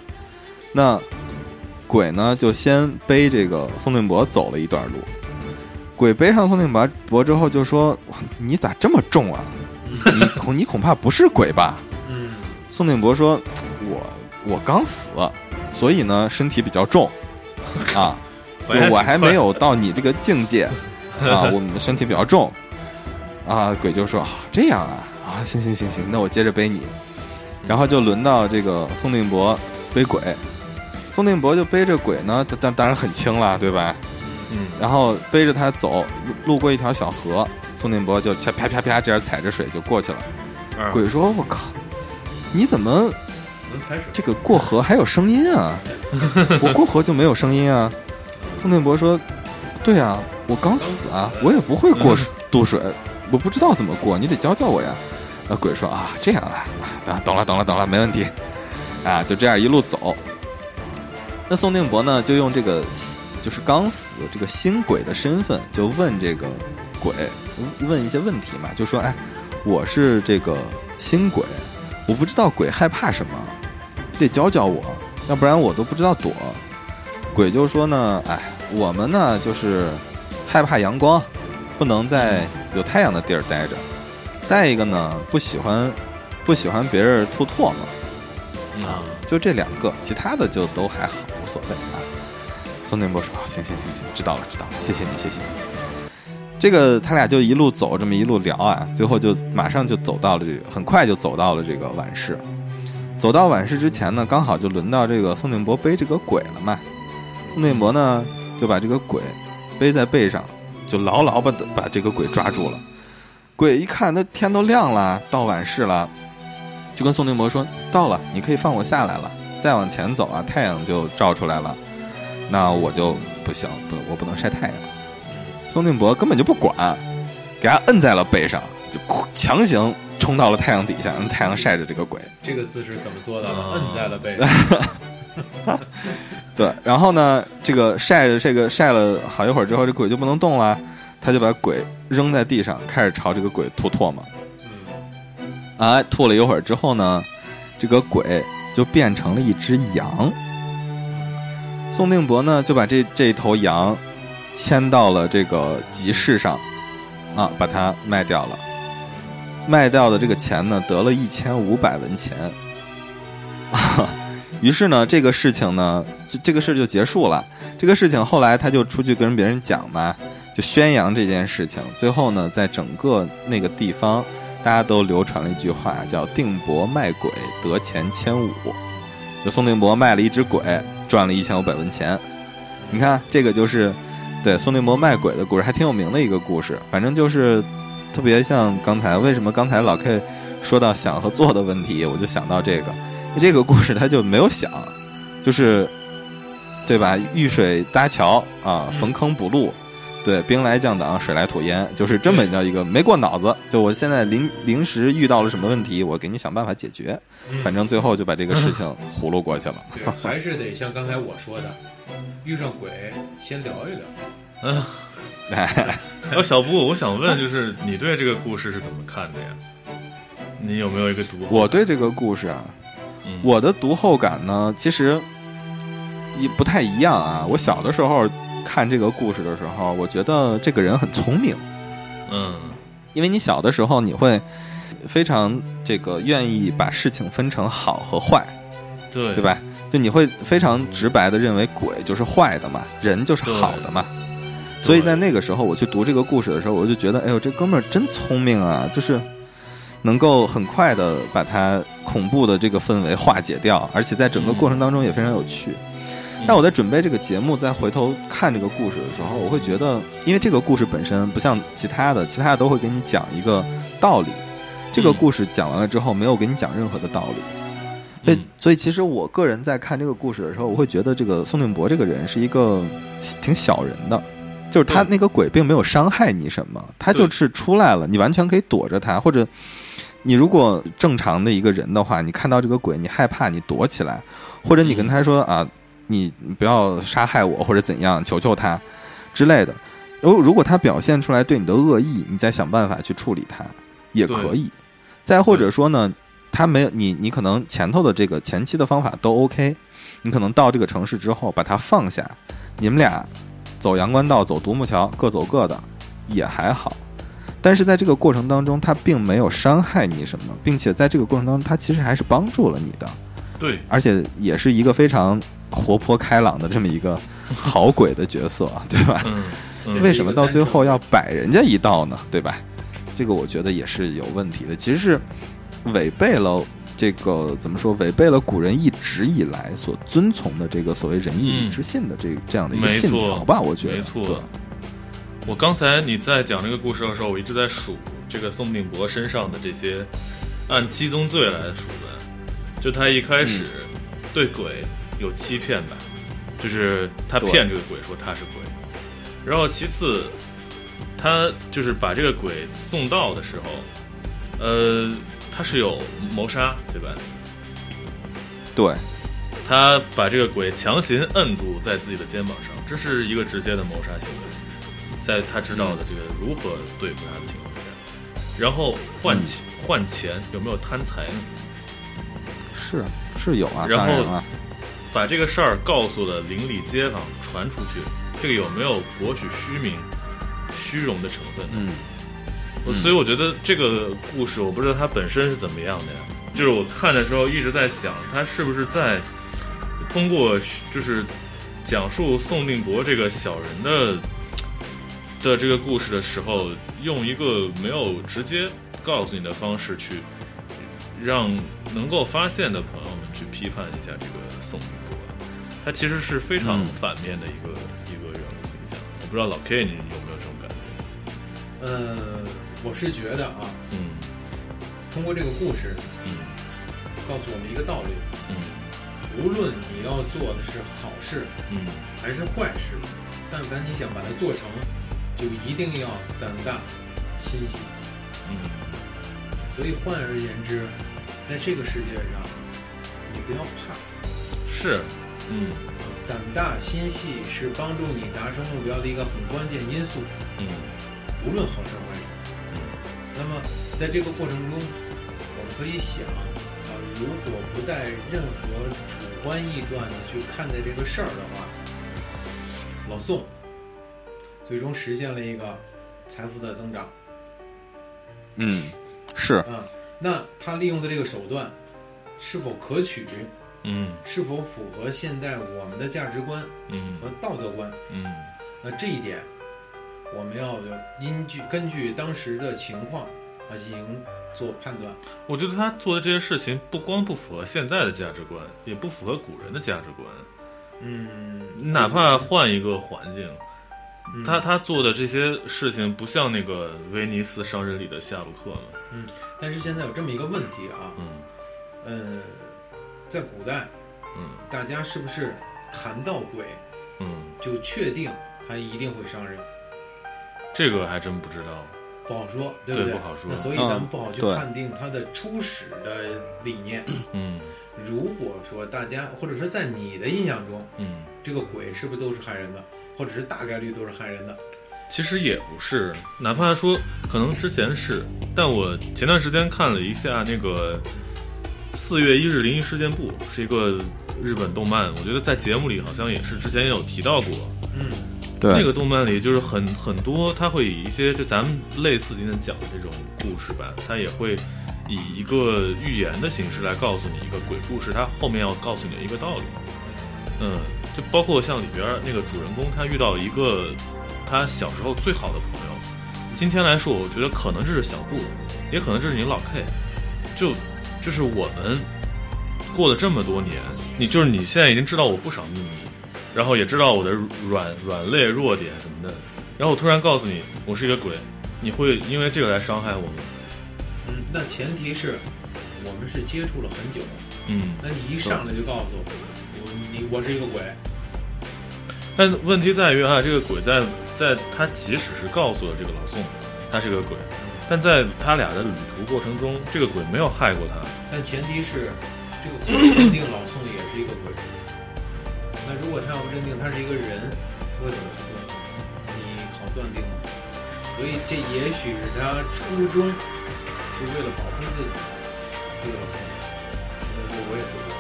Speaker 3: 那鬼呢，就先背这个宋定伯走了一段路。鬼背上宋定伯伯之后，就说哇：“你咋这么重啊？你恐你恐怕不是鬼吧
Speaker 2: 嗯，？”
Speaker 3: 宋定伯说：“我我刚死，所以呢身体比较重啊，就我还没有到你这个境界啊，我们身体比较重啊。”鬼就说：“啊，这样啊啊，行行行行，那我接着背你。”然后就轮到这个宋定伯背鬼，宋定伯就背着鬼呢，当当当然很轻了，对吧？
Speaker 1: 嗯
Speaker 3: 然后背着他走，路过一条小河，宋定伯就啪啪啪啪这样踩着水就过去了。
Speaker 1: 二
Speaker 3: 鬼说：“我靠，你怎么
Speaker 2: 能踩水。
Speaker 3: 这个过河还有声音啊？我过河就没有声音啊。”宋定伯说：“对啊，我刚死啊，我也不会过水渡水，我不知道怎么过，你得教教我呀。”那鬼说：“啊，这样啊，啊，懂了，懂了，懂了，没问题。”啊，就这样一路走。那宋定伯呢，就用这个就是刚死这个新鬼的身份，就问这个鬼问一些问题嘛，就说：“哎，我是这个新鬼，我不知道鬼害怕什么，你得教教我，要不然我都不知道躲。”鬼就说呢：“哎，我们呢就是害怕阳光，不能在有太阳的地儿待着。再一个呢，不喜欢不喜欢别人吐唾沫，
Speaker 1: 啊，
Speaker 3: 就这两个，其他的就都还好，无所谓啊。宋定波说：“行行行行，知道了知道了，谢谢你谢谢你。”这个他俩就一路走，这么一路聊啊，最后就马上就走到了这个，很快就走到了这个晚市。走到晚市之前呢，刚好就轮到这个宋定伯背这个鬼了嘛。宋定伯呢就把这个鬼背在背上，就牢牢把把这个鬼抓住了。鬼一看，那天都亮了，到晚市了，就跟宋定伯说：“到了，你可以放我下来了。再往前走啊，太阳就照出来了。那我就不行，不，我不能晒太阳。”宋定伯根本就不管，给他摁在了背上，就强行冲到了太阳底下，让太阳晒着这个鬼。
Speaker 2: 这个姿势怎么做到的？
Speaker 1: 啊
Speaker 2: 摁在了背上，
Speaker 3: 对，然后呢，这个晒着这个晒了好一会儿之后，这鬼就不能动了，他就把鬼扔在地上，开始朝这个鬼吐唾沫。
Speaker 2: 嗯，
Speaker 3: 啊，吐了一会儿之后呢，这个鬼就变成了一只羊。宋定伯呢，就把这这头羊牵到了这个集市上，啊，把它卖掉了。卖掉的这个钱呢，得了一千五百文钱。 啊，于是呢，这个事情呢，这这个事就结束了。这个事情后来他就出去跟别人讲嘛，就宣扬这件事情。最后呢，在整个那个地方，大家都流传了一句话，叫“定伯卖鬼得钱千五”，就宋定伯卖了一只鬼，赚了一千五百文钱。你看，这个就是对宋定伯卖鬼的故事，还挺有名的一个故事。反正就是特别像刚才，为什么刚才老 K 说到想和做的问题，我就想到这个，因为这个故事他就没有想，就是对吧？遇水搭桥啊，逢坑补路。对，兵来将挡，水来土掩，就是这么叫一个没过脑子。就我现在临临时遇到了什么问题，我给你想办法解决，
Speaker 2: 嗯
Speaker 3: 反正最后就把这个事情糊弄过去了。
Speaker 2: 对，还是得像刚才我说的，遇上鬼先聊一聊。
Speaker 3: 哎，
Speaker 1: 还有嗯呃小布，我想问，就是你对这个故事是怎么看的呀？你有没有一个读后
Speaker 3: 我
Speaker 1: 感？
Speaker 3: 对这个故事啊，
Speaker 1: 嗯
Speaker 3: 我的读后感呢，其实也不太一样啊。我小的时候看这个故事的时候，我觉得这个人很聪明，
Speaker 1: 嗯
Speaker 3: 因为你小的时候你会非常这个愿意把事情分成好和坏。
Speaker 1: 对
Speaker 3: 对？吧？就你会非常直白的认为鬼就是坏的嘛，人就是好的嘛。所以在那个时候，我去读这个故事的时候，我就觉得，哎呦，这哥们儿真聪明啊！就是能够很快的把他恐怖的这个氛围化解掉，而且在整个过程当中也非常有趣。
Speaker 1: 嗯
Speaker 3: 但我在准备这个节目，再回头看这个故事的时候，我会觉得，因为这个故事本身不像其他的，其他的都会给你讲一个道理，这个
Speaker 1: 嗯
Speaker 3: 故事讲完了之后，没有给你讲任何的道理。所以
Speaker 1: 嗯，
Speaker 3: 哎所以其实我个人在看这个故事的时候，我会觉得这个宋定伯这个人是一个挺小人的，就是他
Speaker 1: 对
Speaker 3: 那个鬼并没有伤害你什么，他
Speaker 1: 对
Speaker 3: 就是出来了，你完全可以躲着他，或者你如果正常的一个人的话，你看到这个鬼，你害怕，你躲起来，或者你
Speaker 1: 嗯
Speaker 3: 跟他说啊，你不要杀害我，或者怎样，求求他之类的。然后，如果他表现出来对你的恶意，你再想办法去处理他，也
Speaker 1: 对
Speaker 3: 可以。再或者说呢，他没有你，你可能前头的这个前期的方法都 OK，你可能到这个城市之后把它放下，你们俩走阳关道，走独木桥，各走各的，也还好。但是在这个过程当中，他并没有伤害你什么，并且在这个过程当中，他其实还是帮助了你的，
Speaker 1: 对，
Speaker 3: 而且也是一个非常活泼开朗的这么一个好鬼的角色，啊对吧？
Speaker 1: 嗯
Speaker 2: 这
Speaker 1: 嗯
Speaker 3: 为什么到最后要摆人家一道呢？对吧？这个我觉得也是有问题的，其实是违背了这个怎么说？违背了古人一直以来所遵从的这个所谓仁义礼智信的这、这样的一个
Speaker 1: 没
Speaker 3: 信
Speaker 1: 错
Speaker 3: 条吧？我觉得
Speaker 1: 没错
Speaker 3: 对
Speaker 1: 我刚才你在讲这个故事的时候，我一直在数这个宋定伯身上的这些，按七宗罪来数的，就他一开始对鬼有欺骗吧，就是他
Speaker 3: 对
Speaker 1: 骗这个鬼说他是鬼，然后其次，他就是把这个鬼送到的时候，呃，他是有谋杀对吧？
Speaker 3: 对，
Speaker 1: 他把这个鬼强行摁住在自己的肩膀上，这是一个直接的谋杀行为，在他知道的这个如何对付他的情况下，然后换钱、换钱有没有贪财呢？
Speaker 3: 是是有啊，
Speaker 1: 然
Speaker 3: 当
Speaker 1: 后
Speaker 3: 然了，
Speaker 1: 把这个事儿告诉了邻里街坊，传出去，这个有没有博取虚名、虚荣的成分呢？
Speaker 3: 嗯，
Speaker 1: 所以我觉得这个故事，我不知道它本身是怎么样的呀。
Speaker 3: 嗯
Speaker 1: 就是我看的时候一直在想，它是不是在通过就是讲述宋定伯这个小人的的这个故事的时候，用一个没有直接告诉你的方式去让能够发现的朋友们去批判一下这个宋定伯，他其实是非常
Speaker 3: 嗯
Speaker 1: 反面的一个、一个人物形象。我不知道老 K 你有没有这种感觉？
Speaker 2: 呃，我是觉得啊，
Speaker 1: 嗯
Speaker 2: 通过这个故事
Speaker 1: 嗯
Speaker 2: 告诉我们一个道理：
Speaker 1: 嗯
Speaker 2: 无论你要做的是好事
Speaker 1: 嗯
Speaker 2: 还是坏事，但凡你想把它做成，就一定要胆大心细。
Speaker 1: 嗯
Speaker 2: 所以换而言之，在这个世界上，你不要怕，
Speaker 1: 是，嗯
Speaker 2: 胆大心细是帮助你达成目标的一个很关键因素，
Speaker 1: 嗯
Speaker 2: 无论好事坏事。那么在这个过程中，我们可以想，啊，如果不带任何主观臆断的去看待这个事儿的话，老宋最终实现了一个财富的增长。
Speaker 3: 嗯，是，
Speaker 2: 啊，那他利用的这个手段是否可取，
Speaker 1: 嗯
Speaker 2: 是否符合现在我们的价值观
Speaker 1: 嗯
Speaker 2: 和道德观？
Speaker 1: 嗯
Speaker 2: 那这一点，我们要根据根据当时的情况啊进行做判断。
Speaker 1: 我觉得他做的这些事情不光不符合现在的价值观，也不符合古人的价值观。
Speaker 2: 嗯，
Speaker 1: 哪怕换一个环境，
Speaker 2: 嗯
Speaker 1: 他他做的这些事情不像那个威尼斯商人里的夏洛克嘛。
Speaker 2: 但是现在有这么一个问题啊，
Speaker 1: 嗯
Speaker 2: 呃，在古代，
Speaker 1: 嗯，
Speaker 2: 大家是不是谈到鬼
Speaker 1: 嗯，
Speaker 2: 就确定他一定会伤人？
Speaker 1: 这个还真不知道。
Speaker 2: 不好说，对不
Speaker 1: 对
Speaker 2: 对？
Speaker 1: 不好说
Speaker 2: 那所以咱们
Speaker 3: 嗯
Speaker 2: 不好去
Speaker 3: 对
Speaker 2: 判定他的初始的理念。
Speaker 1: 嗯
Speaker 2: 如果说大家，或者说在你的印象中，
Speaker 1: 嗯，
Speaker 2: 这个鬼是不是都是害人的，或者是大概率都是害人的？
Speaker 1: 其实也不是，哪怕说可能之前是，但我前段时间看了一下那个四月一日灵异事件簿，是一个日本动漫，我觉得在节目里好像也是之前也有提到过。
Speaker 2: 嗯
Speaker 3: 对，
Speaker 1: 那个动漫里就是很很多，它会以一些就咱们类似今天讲的这种故事吧，它也会以一个寓言的形式来告诉你一个鬼故事，它后面要告诉你的一个道理。嗯，就包括像里边儿那个主人公，他遇到一个他小时候最好的朋友，今天来说，我觉得可能这是小布，也可能这是你老 K，就就是我们过了这么多年，你就是你现在已经知道我不少秘密，然后也知道我的软软肋、弱点什么的，然后我突然告诉你我是一个鬼，你会因为这个来伤害我吗？
Speaker 2: 嗯，那前提是我们是接触了很久，
Speaker 1: 嗯，
Speaker 2: 那你一上来就告诉我，我你我是一个鬼，
Speaker 1: 但问题在于啊，这个鬼在在他即使是告诉了这个老宋他是个鬼，但在他俩的旅途过程中，这个鬼没有害过他。
Speaker 2: 但前提是这个鬼认定老宋也是一个鬼。那如果他要不认定他是一个人，他会怎么去做？你好断定吗？所以这也许是他初衷是为了保护自己，这个老宋。那时候我也是鬼。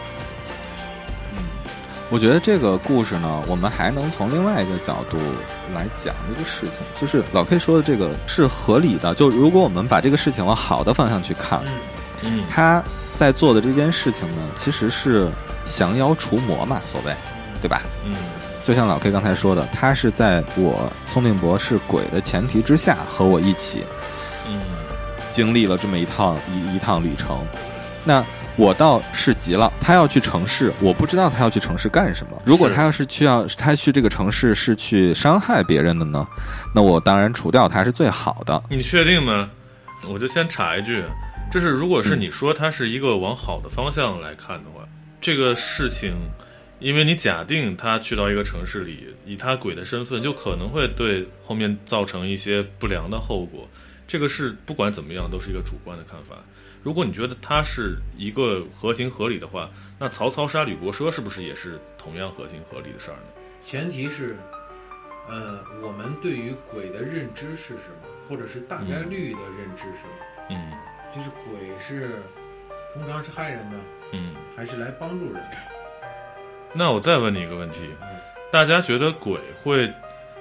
Speaker 3: 我觉得这个故事呢，我们还能从另外一个角度来讲这个事情，就是老 K 说的这个是合理的。就如果我们把这个事情往好的方向去看，
Speaker 2: 嗯
Speaker 1: 嗯
Speaker 3: 他在做的这件事情呢，其实是降妖除魔嘛，所谓，对吧？
Speaker 1: 嗯
Speaker 3: 就像老 K 刚才说的，他是在我宋定伯是鬼的前提之下，和我一起
Speaker 1: 嗯
Speaker 3: 经历了这么一趟一一趟旅程。那我到市集了，他要去城市，我不知道他要去城市干什么。如果
Speaker 1: 是
Speaker 3: 他要是去要他去这个城市是去伤害别人的呢，那我当然除掉他是最好的。
Speaker 1: 你确定吗？我就先插一句，啊就是如果是你说它是一个往好的方向来看的话，这个事情，因为你假定他去到一个城市里，以他鬼的身份，就可能会对后面造成一些不良的后果。这个是不管怎么样都是一个主观的看法。如果你觉得它是一个合情合理的话，那曹操杀吕伯奢是不是也是同样合情合理的事儿呢？
Speaker 2: 前提是，呃，我们对于鬼的认知是什么，或者是大概率的认知是什么？
Speaker 1: 嗯
Speaker 2: 就是鬼是通常是害人的，
Speaker 1: 嗯。
Speaker 2: 还是来帮助人的？
Speaker 1: 那我再问你一个问题：大家觉得鬼会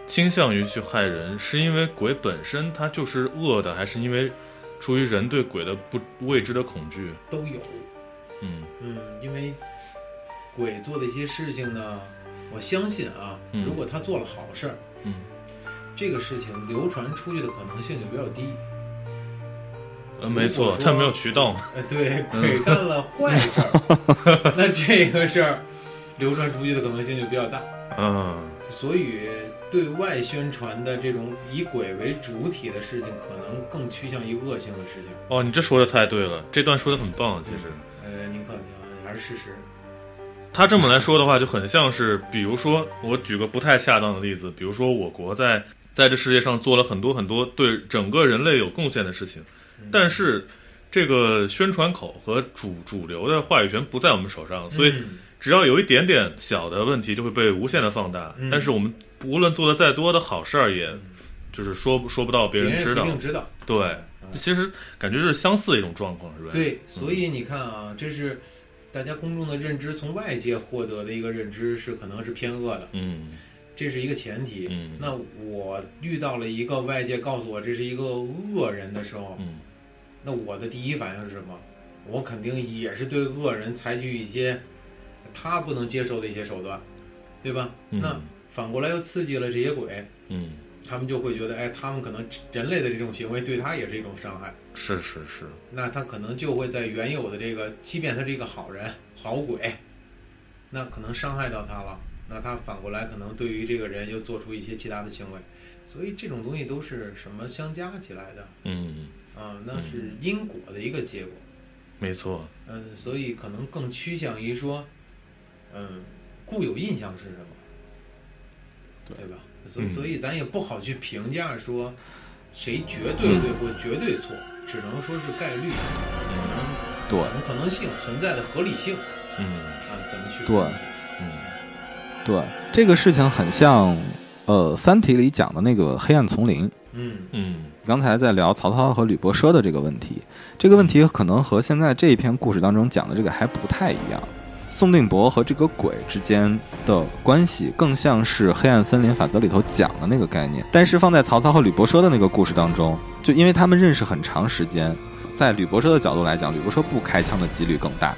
Speaker 1: 倾向于去害人，是因为鬼本身它就是恶的，还是因为出于人对鬼的不未知的恐惧？
Speaker 2: 都有。
Speaker 1: 嗯
Speaker 2: 嗯，因为鬼做的一些事情呢，我相信啊，
Speaker 1: 嗯
Speaker 2: 如果他做了好事儿，
Speaker 1: 嗯，
Speaker 2: 这个事情流传出去的可能性就比较低。
Speaker 1: 呃，没
Speaker 2: 如
Speaker 1: 错
Speaker 2: 果，说
Speaker 1: 它没有渠道嘛。
Speaker 2: 呃，对，
Speaker 1: 嗯
Speaker 2: 鬼干了坏事 儿，那这个事儿流传出去的可能性就比较大。
Speaker 1: 嗯
Speaker 2: 所以对外宣传的这种以鬼为主体的事情，可能更趋向于恶性的事情。
Speaker 1: 哦，你这说的太对了，这段说的很棒。其实
Speaker 2: 呃，您客气啊，还是事实。
Speaker 1: 他这么来说的话，就很像是，比如说，我举个不太恰当的例子，比如说我国在在这世界上做了很多很多对整个人类有贡献的事情，
Speaker 2: 嗯
Speaker 1: 但是这个宣传口和主主流的话语权不在我们手上，所以
Speaker 2: 嗯
Speaker 1: 只要有一点点小的问题，就会被无限的放大。
Speaker 2: 嗯
Speaker 1: 但是我们无论做的再多的好事儿，也就是说不说不到别
Speaker 2: 别
Speaker 1: 人知
Speaker 2: 人一
Speaker 1: 道。
Speaker 2: 定知道。嗯
Speaker 1: 对，其实感觉是相似的一嗯种状况，是吧？，
Speaker 2: 对，所以你看啊，这是大家公众的认知，从外界获得的一个认知是可能是偏恶的，
Speaker 1: 嗯
Speaker 2: 这是一个前提。
Speaker 1: 嗯
Speaker 2: 那我遇到了一个外界告诉我这是一个恶人的时候，
Speaker 1: 嗯
Speaker 2: 那我的第一反应是什么？我肯定也是对恶人采取一些他不能接受的一些手段，对吧？
Speaker 1: 嗯
Speaker 2: 那反过来又刺激了这些鬼，
Speaker 1: 嗯，
Speaker 2: 他们就会觉得，哎，他们可能人类的这种行为对他也是一种伤害，
Speaker 1: 是是是，
Speaker 2: 那他可能就会在原有的这个，即便他是一个好人、好鬼，那可能伤害到他了，那他反过来可能对于这个人又做出一些其他的行为，所以这种东西都是什么相加起来的
Speaker 1: 嗯，
Speaker 2: 啊？那是因果的一个结果。
Speaker 1: 没错，
Speaker 2: 嗯，所以可能更趋向于说，嗯，固有印象是什么，
Speaker 3: 对
Speaker 2: 对吧？所以
Speaker 1: 嗯
Speaker 2: 所以咱也不好去评价说谁绝对对或绝对错，只能说是概率、
Speaker 1: 嗯
Speaker 3: 对
Speaker 2: 可能可能性存在的合理性
Speaker 1: 嗯
Speaker 2: 啊，怎么去
Speaker 3: 对
Speaker 2: 分析
Speaker 1: 嗯
Speaker 3: 对，这个事情很像呃《三体》里讲的那个黑暗丛林。
Speaker 2: 嗯
Speaker 1: 嗯
Speaker 3: 刚才在聊曹操和吕伯奢的这个问题，这个问题可能和现在这一篇故事当中讲的这个还不太一样。宋定伯和这个鬼之间的关系，更像是黑暗森林法则里头讲的那个概念。但是放在曹操和吕伯奢的那个故事当中，就因为他们认识很长时间，在吕伯奢的角度来讲，吕伯奢不开枪的几率更大。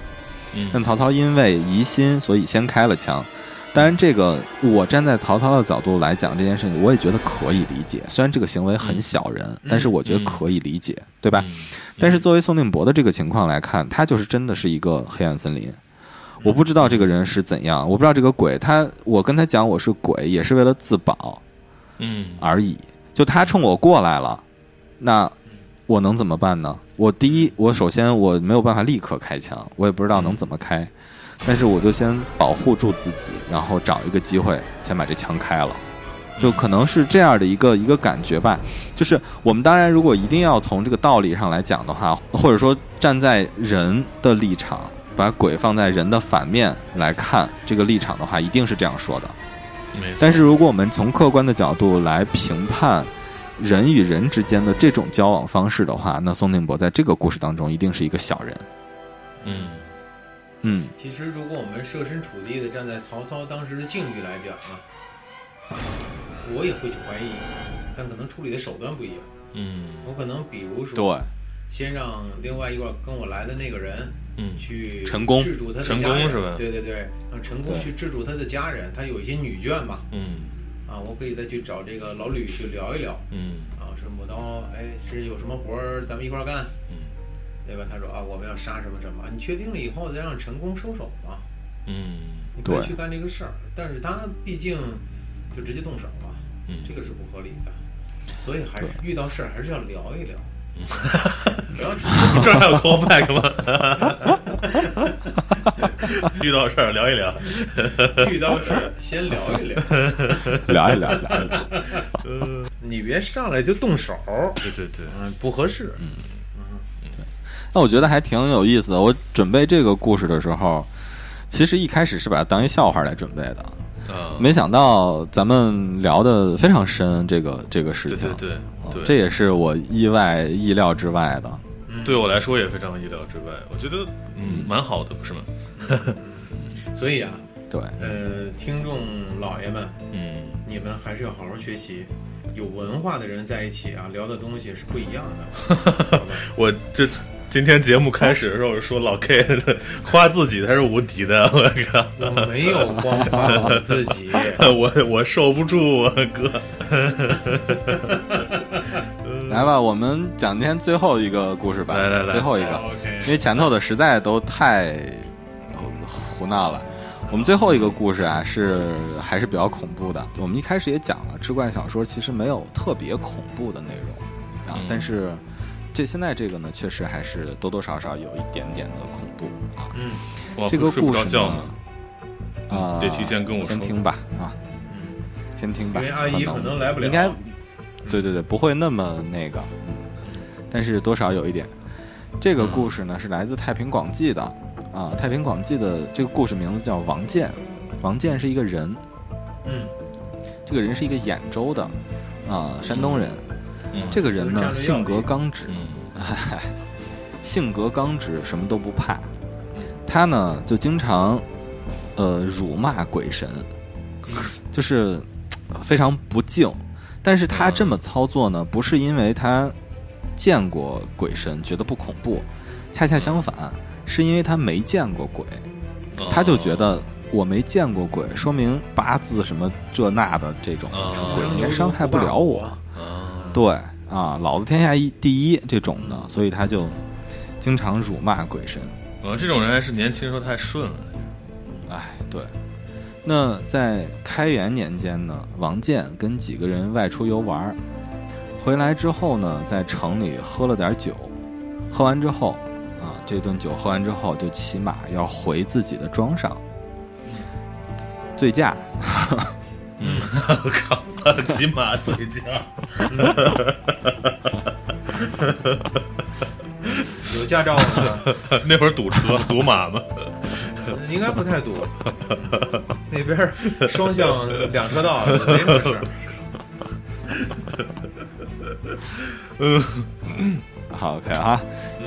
Speaker 3: 但
Speaker 1: 嗯
Speaker 3: 曹操因为疑心，所以先开了枪。当然，这个我站在曹操的角度来讲这件事情，我也觉得可以理解。虽然这个行为很小人，但是我觉得可以理解，对吧？
Speaker 1: 嗯
Speaker 3: 但是作为宋定伯的这个情况来看，他就是真的是一个黑暗森林。我不知道这个人是怎样，我不知道这个鬼，他我跟他讲我是鬼，也是为了自保
Speaker 1: 嗯
Speaker 3: 而已。就他冲我过来了，那我能怎么办呢？我第一，我首先我没有办法立刻开枪，我也不知道能怎么开，但是我就先保护住自己，然后找一个机会先把这枪开了。就可能是这样的一个一个感觉吧，就是我们当然如果一定要从这个道理上来讲的话，或者说站在人的立场，把鬼放在人的反面来看这个立场的话，一定是这样说的。
Speaker 1: 嗯没错，
Speaker 3: 但是如果我们从客观的角度来评判人与人之间的这种交往方式的话，那宋定伯在这个故事当中一定是一个小人。
Speaker 1: 嗯
Speaker 3: 嗯，
Speaker 2: 其实，如果我们设身处地的站在曹操当时的境遇来讲啊，我也会去怀疑，但可能处理的手段不一样。
Speaker 1: 嗯
Speaker 2: 我可能比如说，
Speaker 3: 对，
Speaker 2: 先让另外一个跟我来的那个人
Speaker 1: 嗯
Speaker 2: 去
Speaker 3: 陈宫
Speaker 2: 制住他的
Speaker 1: 陈
Speaker 2: 家人
Speaker 1: 宫是吧
Speaker 2: 对对对，让陈宫
Speaker 3: 对
Speaker 2: 去制住他的家人，他有一些女眷嘛，
Speaker 1: 嗯
Speaker 2: 啊，我可以再去找这个老吕去聊一聊
Speaker 1: 嗯
Speaker 2: 啊，说某刀，哎，是有什么活儿咱们一块儿干，
Speaker 1: 嗯
Speaker 2: 对吧？他说啊，我们要杀什么什么，你确定了以后再让陈宫收手嘛，
Speaker 1: 嗯
Speaker 2: 你可以
Speaker 3: 对
Speaker 2: 去干这个事儿，但是他毕竟就直接动手嘛，
Speaker 1: 嗯
Speaker 2: 这个是不合理的。所以还是遇到事儿还是要聊一聊，不要直 接
Speaker 1: 这儿还有 callback 吗？ 遇到事儿聊一聊。
Speaker 2: 遇到事儿先聊一聊，
Speaker 3: 聊一聊，聊一聊。
Speaker 2: 你别上来就动手，
Speaker 1: 对对对，
Speaker 2: 嗯，不合适。
Speaker 3: 那我觉得还挺有意思的。我准备这个故事的时候，其实一开始是把它当一笑话来准备的，
Speaker 1: 啊，
Speaker 3: 没想到咱们聊的非常深，这个这个事
Speaker 1: 对
Speaker 3: 情
Speaker 1: 对，对
Speaker 3: 啊
Speaker 1: 对，
Speaker 3: 这也是我意外意料之外的。
Speaker 1: 对我来说嗯也非常意料之外。我觉得嗯，蛮好的，不是吗？
Speaker 2: 所以啊，
Speaker 3: 对，
Speaker 2: 呃，听众老爷们，
Speaker 1: 嗯，
Speaker 2: 你们还是要好好学习。有文化的人在一起啊，聊的东西是不一样的。好吧
Speaker 1: 我这今天节目开始的时候说老 K 的夸自己他是无敌的，我靠！
Speaker 2: 我没有光夸我自 己，
Speaker 1: 我我受不住，我哥，
Speaker 3: 来吧，我们讲今天最后一个故事吧，
Speaker 1: 嗯来来来
Speaker 3: 最后一个，因为前头的实在都太呃胡闹了。我们最后一个故事啊，是还是比较恐怖的。我们一开始也讲了，志怪小说其实没有特别恐怖的内容啊，
Speaker 1: 嗯
Speaker 3: 但是这现在这个呢，确实还是多多少少有一点点的恐怖啊。
Speaker 2: 嗯，
Speaker 1: 我
Speaker 3: 这个
Speaker 1: 睡不
Speaker 3: 故
Speaker 1: 着
Speaker 3: 事
Speaker 1: 觉
Speaker 3: 呢
Speaker 1: 呢。，
Speaker 3: 啊、
Speaker 1: 得提前跟我说
Speaker 3: 先听吧啊，
Speaker 2: 嗯
Speaker 3: 先听吧。
Speaker 2: 因为阿姨可能来不了
Speaker 3: 应该，对对对，不会那么那个，嗯，但是多少有一点。这个故事呢是来自《太平广记》的啊，《太平广记》的这个故事名字叫王建，王建是一个人，
Speaker 2: 嗯，
Speaker 3: 这个人是一个兖州的啊，山东人。
Speaker 1: 嗯
Speaker 3: 这个人
Speaker 2: 就是
Speaker 3: 呢，
Speaker 2: 这样
Speaker 3: 性
Speaker 2: 的
Speaker 3: 格刚直，
Speaker 1: 嗯
Speaker 3: 性格刚直，什么都不怕。他呢，就经常呃辱骂鬼神，就是呃非常不敬。但是他
Speaker 1: 嗯
Speaker 3: 这么操作呢，不是因为他见过鬼神觉得不恐怖，恰恰相反，是因为他没见过鬼，
Speaker 1: 哦
Speaker 3: 他就觉得我没见过鬼，说明八字什么这那的这种
Speaker 1: 嗯
Speaker 3: 鬼应该伤害不了我。
Speaker 1: 啊，
Speaker 3: 对啊，老子天下一第一这种的，所以他就经常辱骂鬼神。
Speaker 1: 嗯我这种人还是年轻时候太顺了，
Speaker 3: 哎，对。那在开元年间呢，王建跟几个人外出游玩儿，回来之后呢，在城里喝了点酒，喝完之后啊，这顿酒喝完之后就骑马要回自己的庄上醉驾，
Speaker 1: 嗯，我靠，骑马醉驾，
Speaker 2: 有驾照吗？
Speaker 1: 那会儿堵车 堵马嘛，
Speaker 2: 应该不太堵，那边儿双向两车道，没什么 事儿。
Speaker 3: 好，OK 哈。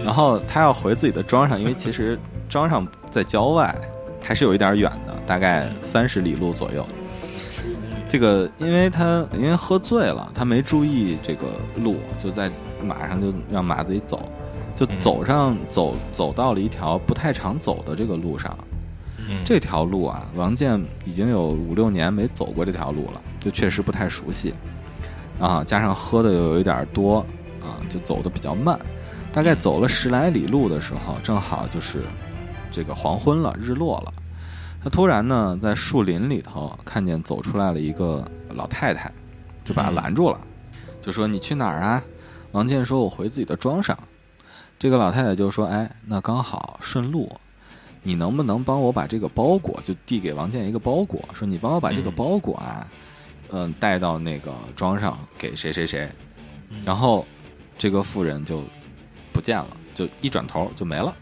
Speaker 3: 然后他要回自己的庄上，因为其实庄上在郊外，还是有一点远的，大概三十里路左右。这个，因为他因为喝醉了，他没注意这个路，就在马上就让马自己走，就走上走走到了一条不太常走的这个路上。
Speaker 1: 嗯
Speaker 3: 这条路啊，王建已经有五六年没走过这条路了，就确实不太熟悉。啊，加上喝的又有一点多，啊，就走的比较慢。大概走了十来里路的时候，正好就是这个黄昏了，日落了。他突然呢，在树林里头看见走出来了一个老太太，就把他拦住了，就说：“你去哪儿啊？”王建说：“我回自己的庄上。”这个老太太就说：“哎，那刚好顺路，你能不能帮我把这个包裹就递给王建一个包裹，说你帮我把这个
Speaker 1: 嗯
Speaker 3: 包裹啊，嗯、带到那个庄上给谁谁谁。”然后这个妇人就不见了，就一转头就没了。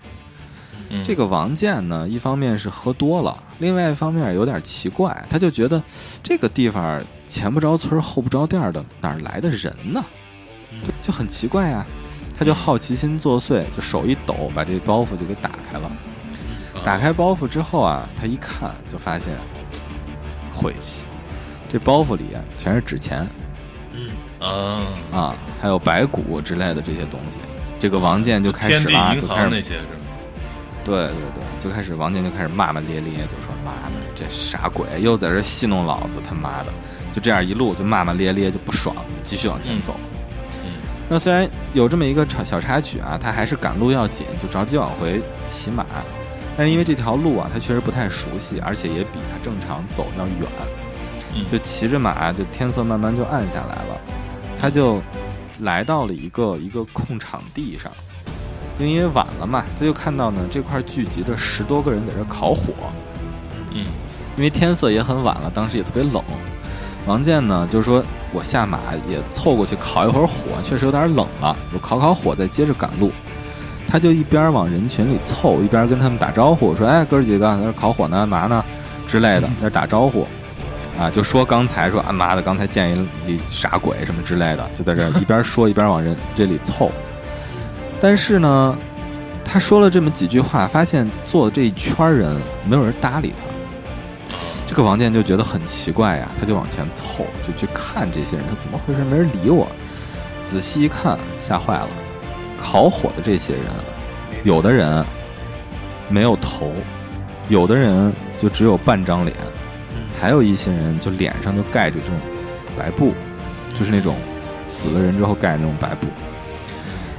Speaker 1: 嗯
Speaker 3: 这个王建呢，一方面是喝多了，另外一方面有点奇怪，他就觉得这个地方前不着村后不着店的，哪儿来的人呢？
Speaker 1: 嗯
Speaker 3: 就就很奇怪呀、他就好奇心作祟，就手一抖，把这包袱就给打开了。
Speaker 1: 嗯
Speaker 3: 打开包袱之后啊，他一看就发现，晦气，这包袱里啊全是纸钱。
Speaker 2: 嗯，
Speaker 1: 啊，
Speaker 3: 啊，还有白骨之类的这些东西。这个王建就开
Speaker 1: 天
Speaker 3: 始
Speaker 1: 地
Speaker 3: 啦，
Speaker 1: 银
Speaker 3: 就开
Speaker 1: 行
Speaker 3: 始
Speaker 1: 那些是吗？
Speaker 3: 对对对，就开始王建就开始骂骂咧咧，就说妈的这傻鬼又在这戏弄老子，他妈的！就这样一路就骂骂咧咧，就不爽，就继续往前走。
Speaker 1: 嗯
Speaker 3: 那虽然有这么一个插小插曲啊，他还是赶路要紧，就着急往回骑马。但是因为这条路啊，他确实不太熟悉，而且也比他正常走要远，
Speaker 1: 嗯
Speaker 3: 就骑着马，就天色慢慢就暗下来了，他就来到了一个一个空场地上，因为因为晚了嘛，他就看到呢这块聚集着十多个人在这烤火，
Speaker 1: 嗯
Speaker 3: 因为天色也很晚了，当时也特别冷。王建呢就说：“我下马也凑过去烤一会儿火，确实有点冷了，我烤烤火再接着赶路。”他就一边往人群里凑，一边跟他们打招呼，说：“哎，哥儿几个，在这烤火呢，干嘛呢？”之类的，在这打招呼。啊，就说刚才说啊妈的，刚才见一一傻鬼什么之类的，就在这儿一边说一边往人这里凑。但是呢，他说了这么几句话，发现坐这一圈人没有人搭理他，这个王健就觉得很奇怪呀，他就往前凑，就去看这些人是怎么回事，没人理我。仔细一看，吓坏了，烤火的这些人，有的人没有头，有的人就只有半张脸，还有一些人就脸上就盖着这种白布，就是那种死了人之后盖的那种白布。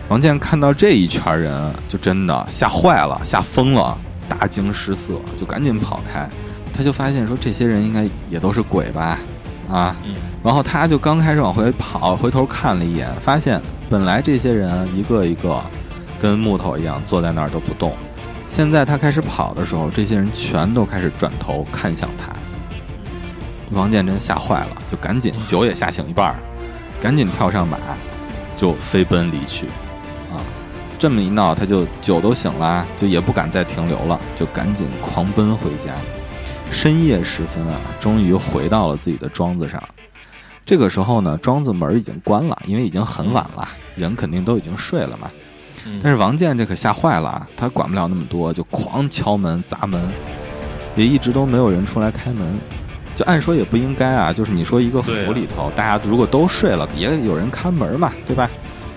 Speaker 3: 王健看到这一圈人，就真的吓坏了，吓疯了，大惊失色，就赶紧跑开。他就发现说，这些人应该也都是鬼吧？啊，
Speaker 1: 嗯
Speaker 3: 然后他就刚开始往回跑，回头看了一眼，发现本来这些人一个一个跟木头一样坐在那儿都不动，现在他开始跑的时候，这些人全都开始转头看向他。王建真吓坏了，就赶紧酒也吓醒一半儿，赶紧跳上马，就飞奔离去。啊，这么一闹，他就酒都醒了，就也不敢再停留了，就赶紧狂奔回家。深夜时分啊，终于回到了自己的庄子上。这个时候呢，庄子门已经关了，因为已经很晚了，人肯定都已经睡了嘛。
Speaker 1: 嗯
Speaker 3: 但是王建这可吓坏了啊，他管不了那么多，就狂敲门砸门，也一直都没有人出来开门。就按说也不应该啊，就是你说一个
Speaker 1: 对啊
Speaker 3: 府里头，大家如果都睡了，也有人看门嘛，对吧？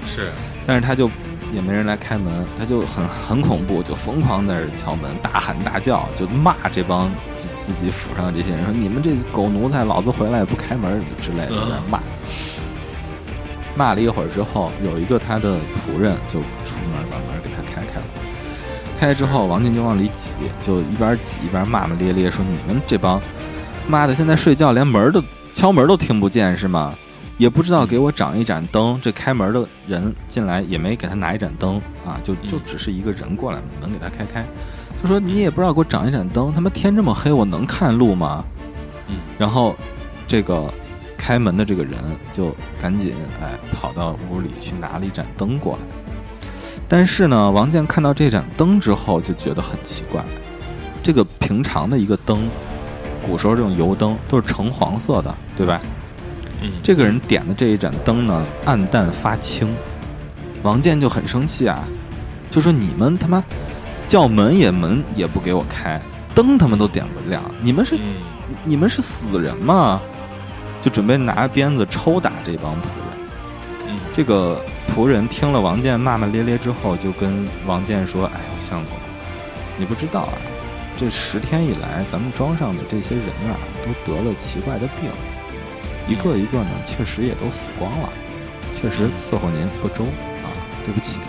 Speaker 1: 是，
Speaker 3: 但是他就也没人来开门，他就很很恐怖，就疯狂在这敲门，大喊大叫，就骂这帮自自己府上的这些人说：“你们这狗奴才，老子回来也不开门之类的，
Speaker 1: 嗯
Speaker 3: 在那骂。”骂了一会儿之后，有一个他的仆人就出门把门给他开开了。开了之后，王进就往里挤，就一边挤一边骂骂咧咧说：“你们这帮妈的，现在睡觉连门儿都敲门儿都听不见是吗？也不知道给我长一盏灯，这开门的人进来也没给他拿一盏灯啊，就就
Speaker 1: 嗯
Speaker 3: 只是一个人过来，门给他开开。就说你也不知道给我长一盏灯，他妈天这么黑，我能看路吗？
Speaker 1: 嗯，
Speaker 3: 然后这个开门的这个人就赶紧哎跑到屋里去拿了一盏灯过来。但是呢，王健看到这盏灯之后就觉得很奇怪，这个平常的一个灯，古时候这种油灯都是橙黄色的，对吧？
Speaker 1: 嗯，
Speaker 3: 这个人点的这一盏灯呢，暗淡发青。王健就很生气啊，就说你们他妈叫门也门也不给我开，灯他们都点不亮，你们是
Speaker 1: 嗯
Speaker 3: 你们是死人吗？就准备拿鞭子抽打这帮仆人。
Speaker 1: 嗯
Speaker 3: 这个仆人听了王健骂骂咧咧之后，就跟王健说：“哎呦，相公，你不知道啊，这十天以来，咱们庄上的这些人啊，都得了奇怪的病，一个一个呢，确实也都死光了，确实伺候您不周啊，对不起。”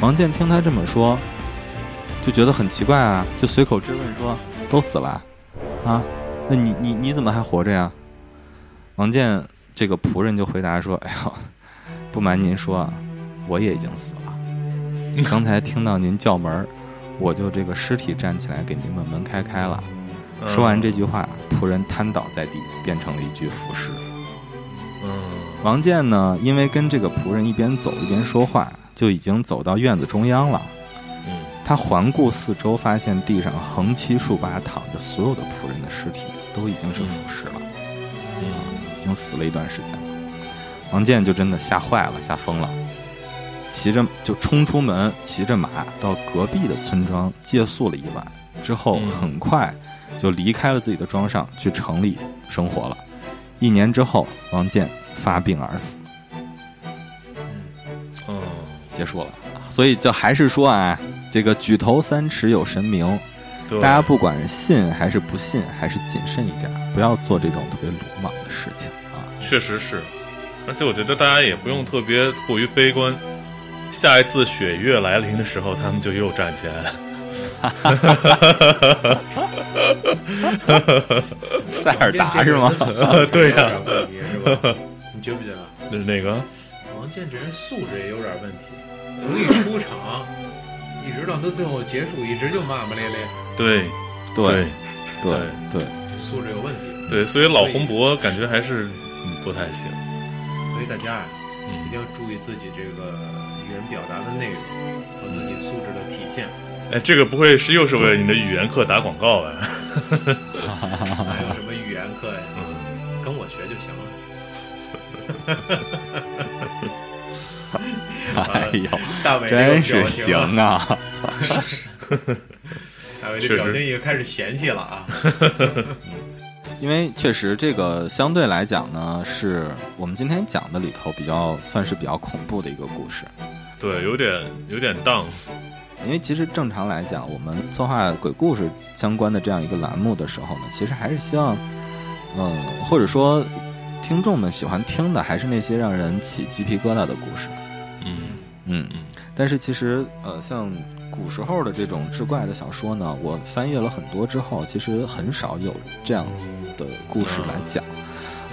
Speaker 3: 王健听他这么说，就觉得很奇怪啊，就随口质问说：“都死了啊？那你你你怎么还活着呀？”王健这个仆人就回答说：“哎呦，不瞒您说啊，我也已经死了。刚才听到您叫门儿，我就这个尸体站起来给您把门开开了。”
Speaker 1: 嗯
Speaker 3: 说完这句话，仆人瘫倒在地，变成了一具腐尸。
Speaker 1: 嗯
Speaker 3: 王健呢，因为跟这个仆人一边走一边说话，就已经走到院子中央了。
Speaker 1: 嗯
Speaker 3: 他环顾四周，发现地上横七竖八躺着所有的仆人的尸体，都已经是腐蚀了，
Speaker 1: 嗯
Speaker 3: 已经死了一段时间了。王健就真的吓坏了，吓疯了，骑着就冲出门，骑着马到隔壁的村庄借宿了一晚，之后
Speaker 1: 嗯
Speaker 3: 很快就离开了自己的庄上，去城里生活了。一年之后，王健发病而死。
Speaker 1: 嗯，
Speaker 3: 结束了。所以就还是说啊，这个举头三尺有神明，
Speaker 1: 对，
Speaker 3: 大家不管是信还是不信，还是谨慎一点，不要做这种特别鲁莽的事情啊。
Speaker 1: 确实是，而且我觉得大家也不用特别过于悲观。下一次雪月来临的时候，他们就又站起来了。
Speaker 3: 塞尔
Speaker 2: 王
Speaker 3: 达
Speaker 2: 健这
Speaker 3: 是
Speaker 2: 人
Speaker 3: 吗？
Speaker 2: 素质
Speaker 1: 对
Speaker 2: 也有
Speaker 1: 呀
Speaker 2: 点问题是吧？你觉不觉得？
Speaker 1: 那那个，
Speaker 2: 王健这人素质也有点问题，从一出场一直到他最后结束，一直就骂骂咧咧，
Speaker 1: 对
Speaker 3: 对对对，
Speaker 2: 这素质有问题。
Speaker 1: 对，所以老洪博感觉还是嗯不太行。
Speaker 2: 所以大家啊，一
Speaker 1: 嗯，
Speaker 2: 定要注意自己这个语言表达的内容和自己素质的体现。
Speaker 1: 哎，这个不会是又是为你的语言课打广告吧？
Speaker 2: 还有什么语言课呀？
Speaker 1: 嗯，
Speaker 2: 跟我学就行了。
Speaker 3: 哎呦，
Speaker 2: 大伟这个
Speaker 3: 真是
Speaker 2: 表情啊
Speaker 3: 行啊！
Speaker 2: 大伟
Speaker 1: 确
Speaker 2: 这表
Speaker 1: 实
Speaker 2: 情也开始嫌弃了啊！
Speaker 3: 因为确实这个相对来讲呢，是我们今天讲的里头比较算是比较恐怖的一个故事。
Speaker 1: 对，有点有点荡，
Speaker 3: 因为其实正常来讲，我们策划鬼故事相关的这样一个栏目的时候呢，其实还是希望，嗯，或者说听众们喜欢听的还是那些让人起鸡皮疙瘩的故事。
Speaker 1: 嗯
Speaker 3: 嗯
Speaker 1: 嗯，
Speaker 3: 但是其实呃，像古时候的这种志怪的小说呢，我翻阅了很多之后，其实很少有这样的故事来讲，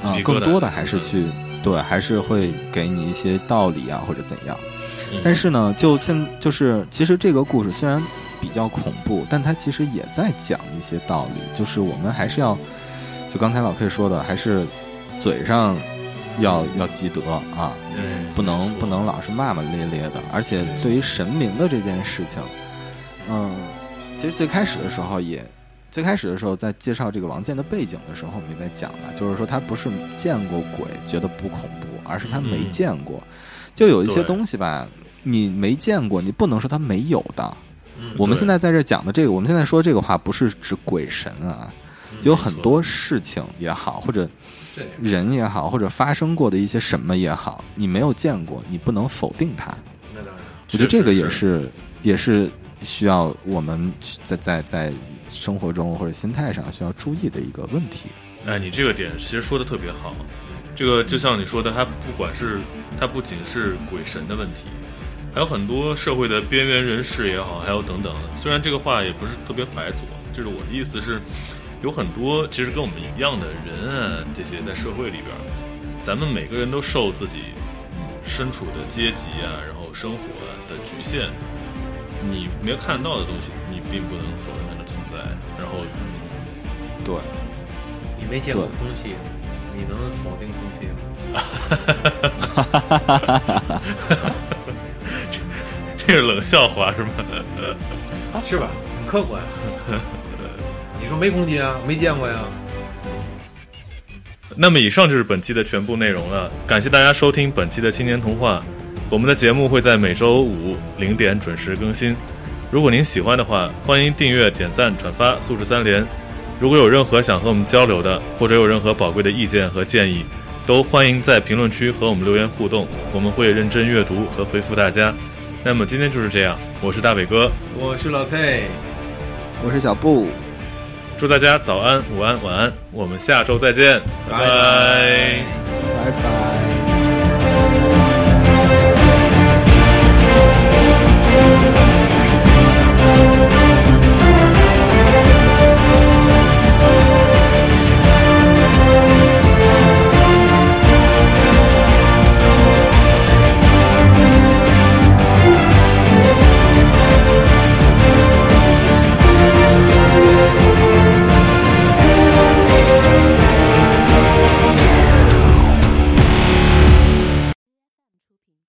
Speaker 1: 嗯
Speaker 3: 啊、
Speaker 1: 鸡皮疙瘩
Speaker 3: 更多的还是去对，还是会给你一些道理啊或者怎样。
Speaker 1: 嗯
Speaker 3: 但是呢，就现就是其实这个故事虽然比较恐怖，但它其实也在讲一些道理，就是我们还是要，就刚才老 K 说的，还是嘴上要要积德啊，
Speaker 1: 嗯
Speaker 3: 不能不能老是骂骂咧咧的，而且对于神明的这件事情，嗯，其实最开始的时候也，最开始的时候在介绍这个王建的背景的时候，我们也在讲了，就是说他不是见过鬼觉得不恐怖，而是他没
Speaker 1: 嗯
Speaker 3: 见过，就有一些
Speaker 1: 对
Speaker 3: 东西吧，你没见过，你不能说他没有的。
Speaker 2: 嗯
Speaker 3: 我们
Speaker 1: 嗯对
Speaker 3: 现在在这讲的这个，我们现在说这个话不是指鬼神啊，就有很
Speaker 1: 嗯没错
Speaker 3: 多事情也好，或者
Speaker 2: 对，
Speaker 3: 人也好，或者发生过的一些什么也好，你没有见过，你不能否定它。
Speaker 2: 那当然，
Speaker 3: 我觉得
Speaker 1: 确
Speaker 3: 这
Speaker 1: 实
Speaker 3: 个也
Speaker 1: 是
Speaker 3: 是也是需要我们去在在在生活中或者心态上需要注意的一个问题。
Speaker 1: 哎，你这个点其实说的特别好。这个就像你说的，它不管是它不仅是鬼神的问题，还有很多社会的边缘人士也好，还有等等的。虽然这个话也不是特别白左，就是我的意思是，有很多其实跟我们一样的人啊，这些在社会里边儿，咱们每个人都受自己身处的阶级啊，然后生活的局限，你没有看到的东西，你并不能否认它的存在。然后
Speaker 3: 对，
Speaker 2: 你没见过
Speaker 3: 对
Speaker 2: 空气，你能否定空气吗？
Speaker 1: 这是冷笑话是吗？
Speaker 2: 是吧？很客 观。你说没空气啊，没见过呀？
Speaker 1: 那么以上就是本期的全部内容了，感谢大家收听本期的青年童话。我们的节目会在每周五零点准时更新。如果您喜欢的话，欢迎订阅、点赞、转发，素质三连。如果有任何想和我们交流的，或者有任何宝贵的意见和建议，都欢迎在评论区和我们留言互动，我们会认真阅读和回复大家。那么今天就是这样，我是大伟哥，
Speaker 2: 我是老 K，
Speaker 3: 我是小布，
Speaker 1: 祝大家早安、午安、晚安，我们下周再见，拜
Speaker 2: 拜
Speaker 1: 拜
Speaker 2: 拜
Speaker 3: 拜拜。